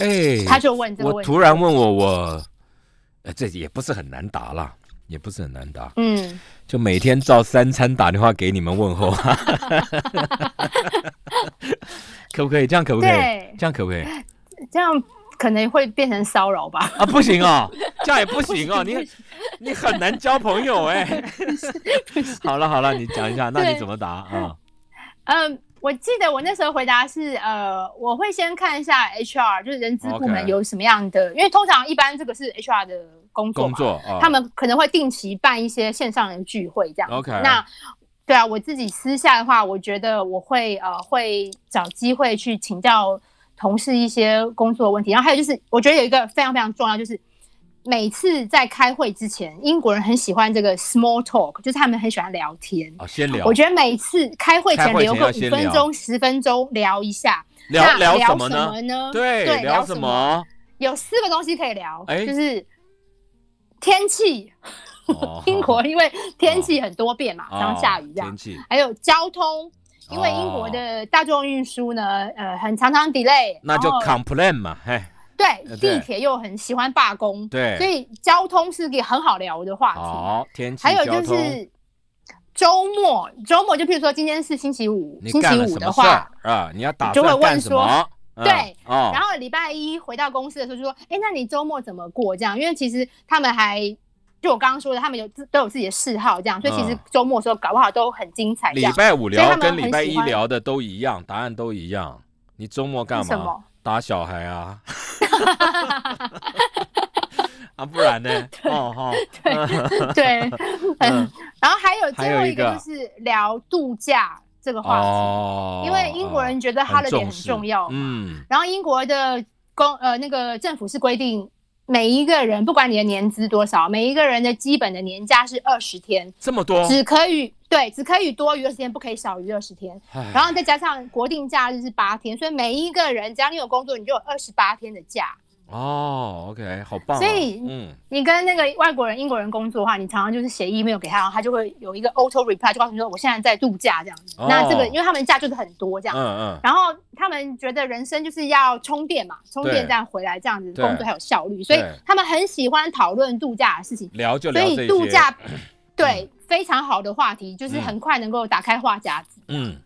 [SPEAKER 2] 哎，
[SPEAKER 3] 他就问这个
[SPEAKER 2] 我
[SPEAKER 3] 问题。
[SPEAKER 2] 突然问我，我，呃，这也不是很难答啦，也不是很难答，
[SPEAKER 3] 嗯，
[SPEAKER 2] 就每天照三餐打电话给你们问 候，可不可以？这样可不可以
[SPEAKER 3] 对？
[SPEAKER 2] 这样可不可以？
[SPEAKER 3] 这样可能会变成骚扰吧？
[SPEAKER 2] 啊，不行 哦，这样也不行哦，你你很难交朋友哎、好了好了，你讲一下，那你
[SPEAKER 3] 对
[SPEAKER 2] 怎么答啊？
[SPEAKER 3] 嗯，我记得我那时候回答是，呃，我会先看一下 HR，就是人资部
[SPEAKER 2] OK
[SPEAKER 3] 门有什么样的因为通常一般这个是 HR 的工作
[SPEAKER 2] 工
[SPEAKER 3] 嘛，
[SPEAKER 2] 作啊，
[SPEAKER 3] 他们可能会定期办一些线上的聚会这样子。
[SPEAKER 2] OK
[SPEAKER 3] 那对啊，我自己私下的话，我觉得我会呃会找机会去请教同事一些工作问题，然后还有就是，我觉得有一个非常非常重要就是。每次在开会之前，英国人很喜欢这个 small talk，就是他们很喜欢聊天。
[SPEAKER 2] 啊，先聊
[SPEAKER 3] 我，觉得每次开会
[SPEAKER 2] 开
[SPEAKER 3] 前
[SPEAKER 2] 会前
[SPEAKER 3] 留个
[SPEAKER 2] 要
[SPEAKER 3] 五
[SPEAKER 2] 先
[SPEAKER 3] 分
[SPEAKER 2] 聊
[SPEAKER 3] 钟、十分钟聊一下，
[SPEAKER 2] 聊
[SPEAKER 3] 那聊
[SPEAKER 2] 什么
[SPEAKER 3] 么
[SPEAKER 2] 呢？
[SPEAKER 3] 呢？
[SPEAKER 2] 对，聊
[SPEAKER 3] 什
[SPEAKER 2] 什？么？
[SPEAKER 3] 有四个东西可以聊，
[SPEAKER 2] 哎
[SPEAKER 3] 就是天气，
[SPEAKER 2] 哦
[SPEAKER 3] 英国因为天气很多变嘛，
[SPEAKER 2] 哦
[SPEAKER 3] 像下雨这样
[SPEAKER 2] 天，气，哦
[SPEAKER 3] 还有交通，因为英国的大众运输呢，呃，很常常 delay，
[SPEAKER 2] 那就
[SPEAKER 3] 然后
[SPEAKER 2] complain 嘛，嘿，呃
[SPEAKER 3] 对
[SPEAKER 2] 对
[SPEAKER 3] 地铁又很喜欢罢工，
[SPEAKER 2] 对哦
[SPEAKER 3] 所以交通是一个很好聊的话题。
[SPEAKER 2] 好，天气，
[SPEAKER 3] 还有
[SPEAKER 2] 交
[SPEAKER 3] 就
[SPEAKER 2] 通，
[SPEAKER 3] 是周末，周末就譬如说今天是星期五，
[SPEAKER 2] 你
[SPEAKER 3] 星
[SPEAKER 2] 干
[SPEAKER 3] 期
[SPEAKER 2] 了
[SPEAKER 3] 五
[SPEAKER 2] 什
[SPEAKER 3] 的
[SPEAKER 2] 么事
[SPEAKER 3] 话
[SPEAKER 2] 儿，啊？你要打
[SPEAKER 3] 就会
[SPEAKER 2] 算
[SPEAKER 3] 问
[SPEAKER 2] 干什么？嗯
[SPEAKER 3] 对，
[SPEAKER 2] 哦
[SPEAKER 3] 然，后礼拜一回到公司的时候就说：“哎，那你周末怎么过？”这样，因为其实他们还就我刚刚说的，他们有自都有自己的嗜好，这样，所以其实
[SPEAKER 2] 嗯
[SPEAKER 3] 周末的时候搞不好都很精彩。这
[SPEAKER 2] 礼
[SPEAKER 3] 样，
[SPEAKER 2] 拜五
[SPEAKER 3] 所以
[SPEAKER 2] 聊
[SPEAKER 3] 他们
[SPEAKER 2] 跟
[SPEAKER 3] 很
[SPEAKER 2] 礼拜
[SPEAKER 3] 喜
[SPEAKER 2] 一
[SPEAKER 3] 欢
[SPEAKER 2] 聊的都一样，答案都一样。你周末干
[SPEAKER 3] 是什
[SPEAKER 2] 嘛
[SPEAKER 3] 么？
[SPEAKER 2] 打小孩 啊？啊，不然 呢？哦哈，
[SPEAKER 3] 对，
[SPEAKER 2] 嗯
[SPEAKER 3] 然后还有
[SPEAKER 2] 还
[SPEAKER 3] 最
[SPEAKER 2] 有
[SPEAKER 3] 后
[SPEAKER 2] 一
[SPEAKER 3] 一个
[SPEAKER 2] 个
[SPEAKER 3] 就是聊度假这个话题，
[SPEAKER 2] 哦，
[SPEAKER 3] 因为英国人觉得
[SPEAKER 2] 哦
[SPEAKER 3] holiday
[SPEAKER 2] 重
[SPEAKER 3] 很
[SPEAKER 2] 视
[SPEAKER 3] 重要嘛。
[SPEAKER 2] 嗯，
[SPEAKER 3] 然后英国的公呃那个政府是规定，每一个人不管你的年资多少，每一个人的基本的年假是二十天，
[SPEAKER 2] 这么多，
[SPEAKER 3] 只可以对，只可以多于二十天，不可以少于二十天。
[SPEAKER 2] 然
[SPEAKER 3] 然后再加上国定假日是八天，所以每一个人只要你有工作，你就有二十八天的假。
[SPEAKER 2] 哦，OK，好棒哦。
[SPEAKER 3] 所以
[SPEAKER 2] 嗯，
[SPEAKER 3] 你跟那个外国人、英国人工作的话，你常常就是写 email 给他，然后他就会有一个 auto reply，就告诉你说我现在在度假这样子。
[SPEAKER 2] 哦
[SPEAKER 3] 那这个因为他们假就是很多这样，
[SPEAKER 2] 嗯嗯，
[SPEAKER 3] 然后他们觉得人生就是要充电嘛，充电这样回来这样子
[SPEAKER 2] 对
[SPEAKER 3] 工作才有效率，所以
[SPEAKER 2] 对
[SPEAKER 3] 他们很喜欢讨论度假的事情。
[SPEAKER 2] 聊就
[SPEAKER 3] 所
[SPEAKER 2] 聊这
[SPEAKER 3] 以度
[SPEAKER 2] 些。 嗯
[SPEAKER 3] 假对非常好的话题，就是很快能够打开话匣子。
[SPEAKER 2] 嗯，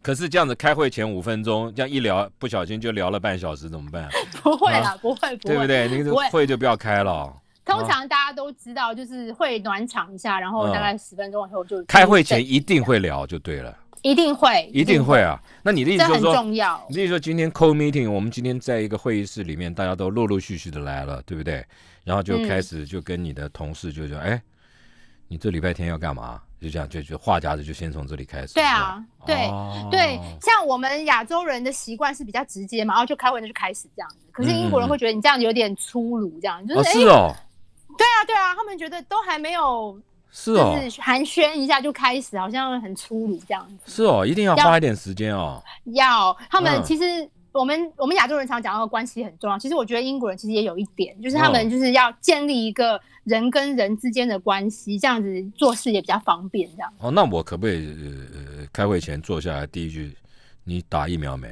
[SPEAKER 2] 可是这样子开会前五分钟，这样一聊，不小心就聊了半小时，怎么办？
[SPEAKER 3] 不会啦，不会，不
[SPEAKER 2] 啊对
[SPEAKER 3] 会，
[SPEAKER 2] 啊不对？那个
[SPEAKER 3] 不会
[SPEAKER 2] 会就不要开了。
[SPEAKER 3] 通常大家都知道，就是会暖场一下，然后大概十分钟以后就
[SPEAKER 2] 嗯开会前一定会聊就对了，
[SPEAKER 3] 一定会，
[SPEAKER 2] 一定会，啊。那你的意
[SPEAKER 3] 这
[SPEAKER 2] 思就
[SPEAKER 3] 很
[SPEAKER 2] 是说，
[SPEAKER 3] 重要
[SPEAKER 2] 你。的意思说今天 call meeting，我们今天在一个会议室里面，大家都陆陆续续的来了，对不对？然后就
[SPEAKER 3] 嗯
[SPEAKER 2] 开始就跟你的同事就说，哎，你这礼拜天要干嘛？就这样，就就话匣子就先从这里开始。
[SPEAKER 3] 对啊，
[SPEAKER 2] 是吧，
[SPEAKER 3] 对
[SPEAKER 2] 哦
[SPEAKER 3] 对，像我们亚洲人的习惯是比较直接嘛，然后就开会就开始这样子。可是英国人会觉得你这样有点粗鲁，这样就
[SPEAKER 2] 嗯哦
[SPEAKER 3] 是哎，
[SPEAKER 2] 是哦，
[SPEAKER 3] 对啊对啊，他们觉得都还没有
[SPEAKER 2] 是
[SPEAKER 3] 就
[SPEAKER 2] 哦，
[SPEAKER 3] 是寒暄一下就开始，好像很粗鲁这样子。
[SPEAKER 2] 是哦，一定要
[SPEAKER 3] 要
[SPEAKER 2] 花一点时间哦。
[SPEAKER 3] 要他们
[SPEAKER 2] 嗯
[SPEAKER 3] 其实我们我们亚洲人常讲到关系很重要，其实我觉得英国人其实也有一点，就是他
[SPEAKER 2] 嗯
[SPEAKER 3] 们就是要建立一个人跟人之间的关系，这样子做事也比较方便。这样
[SPEAKER 2] 哦，那我可不可以呃呃开会前坐下来第一句，你打疫苗没？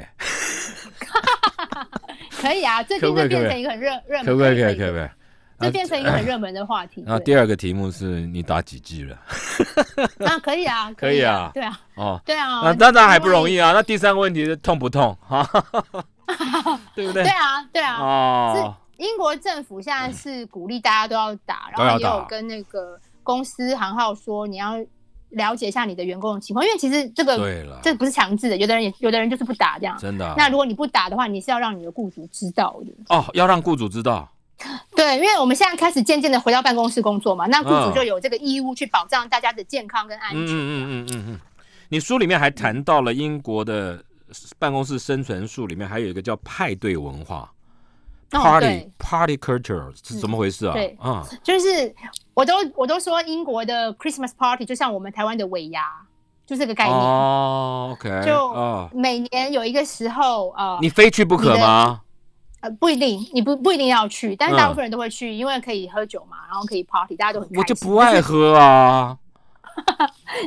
[SPEAKER 3] 可以啊，最
[SPEAKER 2] 可不
[SPEAKER 3] 近
[SPEAKER 2] 可以
[SPEAKER 3] 就
[SPEAKER 2] 可不可以
[SPEAKER 3] 变成一个很热热门，
[SPEAKER 2] 可不可以？可以可以可啊以。
[SPEAKER 3] 就变成一个很热门的话题。
[SPEAKER 2] 然后
[SPEAKER 3] 对
[SPEAKER 2] 第二个题目是你打几剂了？
[SPEAKER 3] 啊，可以啊，
[SPEAKER 2] 可以啊
[SPEAKER 3] 对啊，
[SPEAKER 2] 哦，
[SPEAKER 3] 对啊，
[SPEAKER 2] 那那那还不
[SPEAKER 3] 因为
[SPEAKER 2] 容易。啊。那第三个问题是痛不痛？ 哈，对不对
[SPEAKER 3] 对？啊，对啊，
[SPEAKER 2] 哦，
[SPEAKER 3] 英国政府现在是鼓励大家都要打，
[SPEAKER 2] 都
[SPEAKER 3] 然
[SPEAKER 2] 要
[SPEAKER 3] 后
[SPEAKER 2] 打
[SPEAKER 3] 也有跟那个公司行号说你要了解一下你的员工的情况，因为其实这个
[SPEAKER 2] 对了，
[SPEAKER 3] 这不是强制的，有的人也有的人就是不打这样。
[SPEAKER 2] 真的啊。
[SPEAKER 3] 那如果你不打的话，你是要让你的雇主知道的。
[SPEAKER 2] 哦，要让雇主知道。
[SPEAKER 3] 对，因为我们现在开始渐渐的回到办公室工作嘛，那雇
[SPEAKER 2] 嗯
[SPEAKER 3] 主就有这个义务去保障大家的健康跟安
[SPEAKER 2] 嗯嗯
[SPEAKER 3] 全。
[SPEAKER 2] 嗯嗯嗯嗯。你书里面还谈到了英国的办公室生存术，里面还有一个叫派对文化
[SPEAKER 3] 哦，
[SPEAKER 2] （party
[SPEAKER 3] 对，嗯
[SPEAKER 2] party culture） 是怎么回事啊？
[SPEAKER 3] 对
[SPEAKER 2] 啊，
[SPEAKER 3] 就是我都我都说英国的 Christmas party 就像我们台湾的尾牙，就这个概念。
[SPEAKER 2] 哦，OK，
[SPEAKER 3] 就
[SPEAKER 2] 哦，
[SPEAKER 3] 每年有一个时候，呃，
[SPEAKER 2] 你非去不可吗？
[SPEAKER 3] 呃，不一定，你不不一定要去，但是大部分人都会去，因为可以喝酒嘛，然后可以 party，大家都很开心。
[SPEAKER 2] 嗯我就不爱喝啊！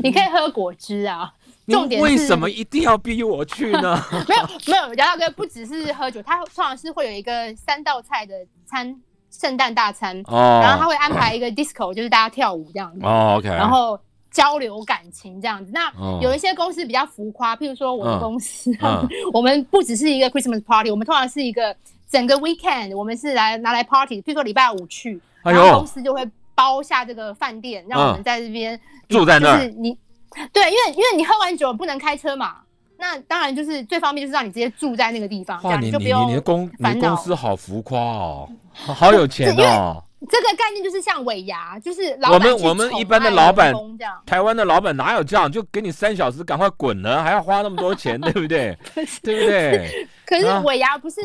[SPEAKER 3] 你可以喝果汁啊。重点
[SPEAKER 2] 你为
[SPEAKER 3] 是
[SPEAKER 2] 什么一定要逼我去呢？
[SPEAKER 3] 没有没有，姚大哥不只是喝酒，他通常是会有一个三道菜的餐，圣诞大餐，
[SPEAKER 2] 哦，
[SPEAKER 3] 然后他会安排一个 disco，就是大家跳舞这样子，
[SPEAKER 2] 哦，OK，
[SPEAKER 3] 然后交流感情这样子。那
[SPEAKER 2] 哦
[SPEAKER 3] 有一些公司比较浮夸，譬如说我
[SPEAKER 2] 嗯
[SPEAKER 3] 的公司，
[SPEAKER 2] 嗯
[SPEAKER 3] 我们不只是一个 Christmas party，我们通常是一个整个 weekend，我们是来拿来 party，譬如说礼拜五去，
[SPEAKER 2] 哎
[SPEAKER 3] 然后
[SPEAKER 2] 呦
[SPEAKER 3] 公，司就会包下这个饭店，让我们在这边
[SPEAKER 2] 住在那
[SPEAKER 3] 就是
[SPEAKER 2] 儿，
[SPEAKER 3] 你对，因为因为你喝完酒不能开车嘛，那当然就是最方便就是让你直接住在那个地方，这
[SPEAKER 2] 哇，
[SPEAKER 3] 样
[SPEAKER 2] 你
[SPEAKER 3] 就
[SPEAKER 2] 你
[SPEAKER 3] 不
[SPEAKER 2] 你
[SPEAKER 3] 用
[SPEAKER 2] 你的公你的
[SPEAKER 3] 烦恼
[SPEAKER 2] 公司好浮夸哦，好好有钱
[SPEAKER 3] 这因为
[SPEAKER 2] 哦。
[SPEAKER 3] 这个概念就是像尾牙，就是老
[SPEAKER 2] 我
[SPEAKER 3] 板
[SPEAKER 2] 们
[SPEAKER 3] 去
[SPEAKER 2] 我们
[SPEAKER 3] 宠
[SPEAKER 2] 一般的
[SPEAKER 3] 爱
[SPEAKER 2] 老
[SPEAKER 3] 员
[SPEAKER 2] 板
[SPEAKER 3] 工这样，
[SPEAKER 2] 台湾的老板哪有这样？就给你三小时，赶快滚了，还要花那么多钱，对不 对？对不对？
[SPEAKER 3] 可是
[SPEAKER 2] 啊
[SPEAKER 3] 尾牙不是、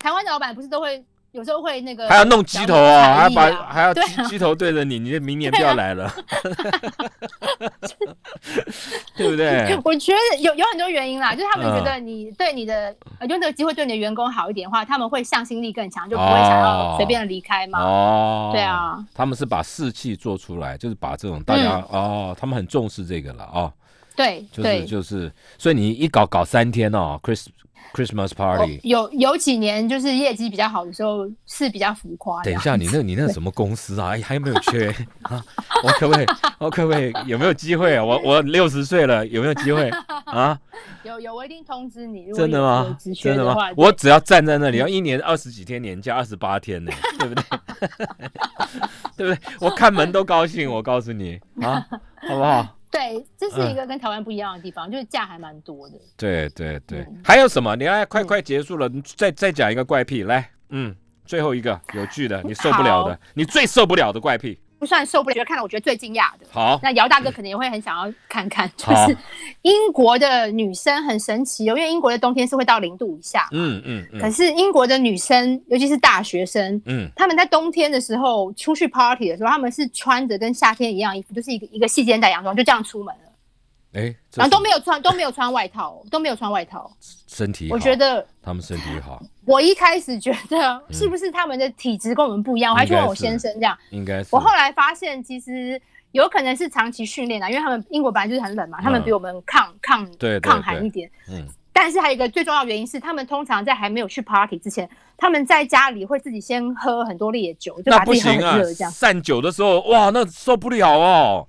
[SPEAKER 3] 台湾的老板不是都会有时候会那个
[SPEAKER 2] 还要弄鸡头啊，还要
[SPEAKER 3] 才艺
[SPEAKER 2] 把还要
[SPEAKER 3] 对啊
[SPEAKER 2] 鸡鸡头对着你，你就明年不要来了，对不 对？
[SPEAKER 3] 我觉得有有很多原因啦，就是他们
[SPEAKER 2] 嗯
[SPEAKER 3] 觉得你对你的、呃用这个机会对你的员工好一点的话，他们会向心力更强，就不会想
[SPEAKER 2] 哦
[SPEAKER 3] 要随便地离开嘛。
[SPEAKER 2] 哦，
[SPEAKER 3] 对，啊，嗯
[SPEAKER 2] 他们是把士气做出来，就是把这种大家哦，他们很重视这个了哦，
[SPEAKER 3] 对
[SPEAKER 2] 就是
[SPEAKER 3] 对。
[SPEAKER 2] 就是，所以你一搞搞三天哦，Chris Christmas
[SPEAKER 3] 哦
[SPEAKER 2] party。
[SPEAKER 3] 有有几年就是业绩比较好的时候是比较浮夸的
[SPEAKER 2] 等一，下，你那你那什么公司啊？哎，还有没有缺 啊？我可不可以？我可不可以？哦有没有机会？啊我我六十岁了，有没有机会啊？
[SPEAKER 3] 有有我一定通知你。如果
[SPEAKER 2] 真的
[SPEAKER 3] 有
[SPEAKER 2] 吗
[SPEAKER 3] 有职？缺
[SPEAKER 2] 真的吗
[SPEAKER 3] 话？
[SPEAKER 2] 我只要站在那里，要一年二十几天年假，二十八天呢， 对不对？对不对？我看门都高兴，我告诉你啊，好不好？
[SPEAKER 3] 对，这
[SPEAKER 2] 嗯
[SPEAKER 3] 是一个跟台湾不一样的地方，就是假还蛮多的。
[SPEAKER 2] 对对对
[SPEAKER 3] 嗯，
[SPEAKER 2] 还有什么？你来，快快结束了，你再再讲一个怪癖来，嗯，最后一个有趣的，你受不了的
[SPEAKER 3] 好，
[SPEAKER 2] 你最受不了的怪癖，
[SPEAKER 3] 不算受不了，看了我觉得最惊讶的。
[SPEAKER 2] 好。
[SPEAKER 3] 那姚大哥可能也会很想要看看，就
[SPEAKER 2] 好
[SPEAKER 3] 是英国的女生很神奇哦，因为英国的冬天是会到零度以下，
[SPEAKER 2] 嗯嗯嗯
[SPEAKER 3] 可是英国的女生，尤其是大学生，
[SPEAKER 2] 嗯，
[SPEAKER 3] 她们在冬天的时候出去 party 的时候，她们是穿着跟夏天一样的衣服，就是一个一个细肩带洋装，就这样出门了。
[SPEAKER 2] 哎，这
[SPEAKER 3] 然啊后都
[SPEAKER 2] 是
[SPEAKER 3] 没有穿，都没有穿外套哦，都没有穿外套。
[SPEAKER 2] 身体好，
[SPEAKER 3] 我觉得
[SPEAKER 2] 他们身体好，
[SPEAKER 3] 我一开始觉得是不是他们的体质跟我们不一样，我还去问我
[SPEAKER 2] 嗯应该是
[SPEAKER 3] 先生这样。
[SPEAKER 2] 应该是。
[SPEAKER 3] 我后来发现其实有可能是长期训练啦，因为他们英国本来就是很冷嘛，他们比我们抗抗
[SPEAKER 2] 嗯对对
[SPEAKER 3] 抗寒一点。
[SPEAKER 2] 嗯
[SPEAKER 3] 但是还有一个最重要的原因是，他们通常在还没有去 party 之前，他们在家里会自己先喝很多烈酒，就
[SPEAKER 2] 那
[SPEAKER 3] 把
[SPEAKER 2] 不
[SPEAKER 3] 自己喝很
[SPEAKER 2] 行啊
[SPEAKER 3] 热这，样。
[SPEAKER 2] 散酒的时候，哇，那受不了哦。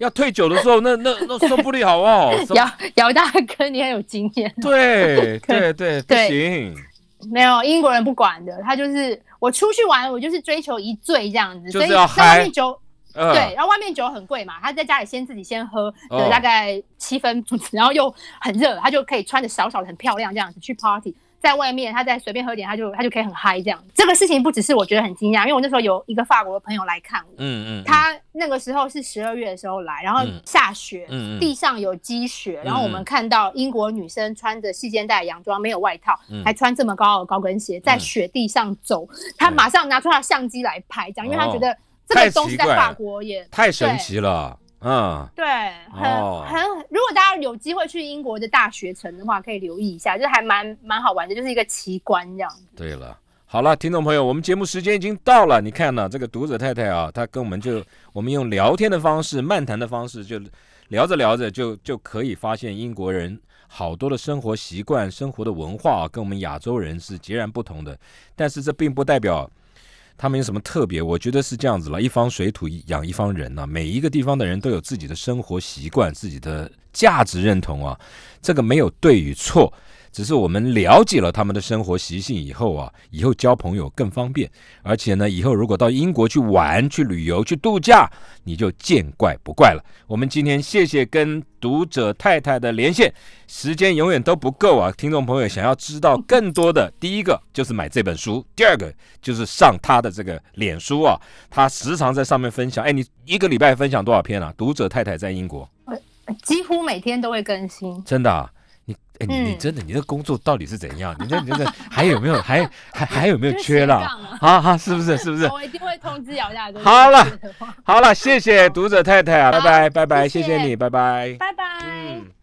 [SPEAKER 2] 要退酒的时候，那那那受不了 哦。什
[SPEAKER 3] 姚姚大哥，你很有经验。
[SPEAKER 2] 对对对，不
[SPEAKER 3] 对
[SPEAKER 2] 行，
[SPEAKER 3] 没有英国人不管的，他就是我出去玩，我就是追求一醉这样子，
[SPEAKER 2] 就
[SPEAKER 3] 所
[SPEAKER 2] 是
[SPEAKER 3] 以
[SPEAKER 2] 要
[SPEAKER 3] 在外
[SPEAKER 2] 嗨
[SPEAKER 3] 面酒。
[SPEAKER 2] 呃，
[SPEAKER 3] 对，然后外面酒很贵嘛，他在家里先自己先喝
[SPEAKER 2] 哦
[SPEAKER 3] 个大概七分， 然后又很热，他就可以穿的少少的很漂亮这样子去 party，在外面他再随便喝点，他就他就可以很嗨这样。这个事情不只是我觉得很惊讶，因为我那时候有一个法国的朋友来看我，
[SPEAKER 2] 嗯嗯，
[SPEAKER 3] 他那个时候是十二月的时候来，然后
[SPEAKER 2] 嗯
[SPEAKER 3] 下雪，
[SPEAKER 2] 嗯嗯
[SPEAKER 3] 地上有积雪，然后我
[SPEAKER 2] 嗯
[SPEAKER 3] 们看到英国女生穿着细肩带洋装，没有外套，
[SPEAKER 2] 嗯
[SPEAKER 3] 还穿这么高的高跟鞋，在雪地上走，她马上拿出她的相机来拍，这样，因为她觉得这
[SPEAKER 2] 太
[SPEAKER 3] 个
[SPEAKER 2] 奇
[SPEAKER 3] 东西在
[SPEAKER 2] 怪
[SPEAKER 3] 法
[SPEAKER 2] 了
[SPEAKER 3] 国也
[SPEAKER 2] 太神奇了，嗯，
[SPEAKER 3] 对，很、
[SPEAKER 2] 哦
[SPEAKER 3] 很，如果大家有机会去英国的大学城的话，可以留意一下，就是还蛮蛮好玩的，就是一个奇观这样。
[SPEAKER 2] 对了。好了，听众朋友，我们节目时间已经到了。你看呢、这个读者太太啊，她跟我们就我们用聊天的方式、漫谈的方式，就聊着聊着就就可以发现英国人好多的生活习惯、生活的文化、啊、跟我们亚洲人是截然不同的。但是这并不代表他们有什么特别，我觉得是这样子了。一方水土养一方人呐、每一个地方的人都有自己的生活习惯、自己的价值认同啊，这个没有对与错。只是我们了解了他们的生活习性以后啊，以后交朋友更方便，而且呢，以后如果到英国去玩、去旅游、去度假，你就见怪不怪了。我们今天谢谢跟读者太太的连线，时间永远都不够啊！听众朋友想要知道更多的，第一个就是买这本书，第二个就是上他的这个脸书啊，他时常在上面分享。哎，你一个礼拜分享多少篇啊？读者太太在英国，
[SPEAKER 3] 几乎每天都会更新，
[SPEAKER 2] 真的、啊。你哎，你你
[SPEAKER 3] 嗯
[SPEAKER 2] 真的，你的工作到底是怎样？你这你这还有没有还还还有没有
[SPEAKER 3] 就是
[SPEAKER 2] 缺
[SPEAKER 3] 斜
[SPEAKER 2] 了？
[SPEAKER 3] 杠啊
[SPEAKER 2] 啊啊，是不是 是不是？
[SPEAKER 3] 我一定会通知姚大哥。
[SPEAKER 2] 好了
[SPEAKER 3] 有事的话
[SPEAKER 2] 好了，谢谢读者太太啊，拜
[SPEAKER 3] 好
[SPEAKER 2] 拜拜拜，谢
[SPEAKER 3] 谢
[SPEAKER 2] 谢
[SPEAKER 3] 谢
[SPEAKER 2] 你，拜拜。
[SPEAKER 3] 拜拜。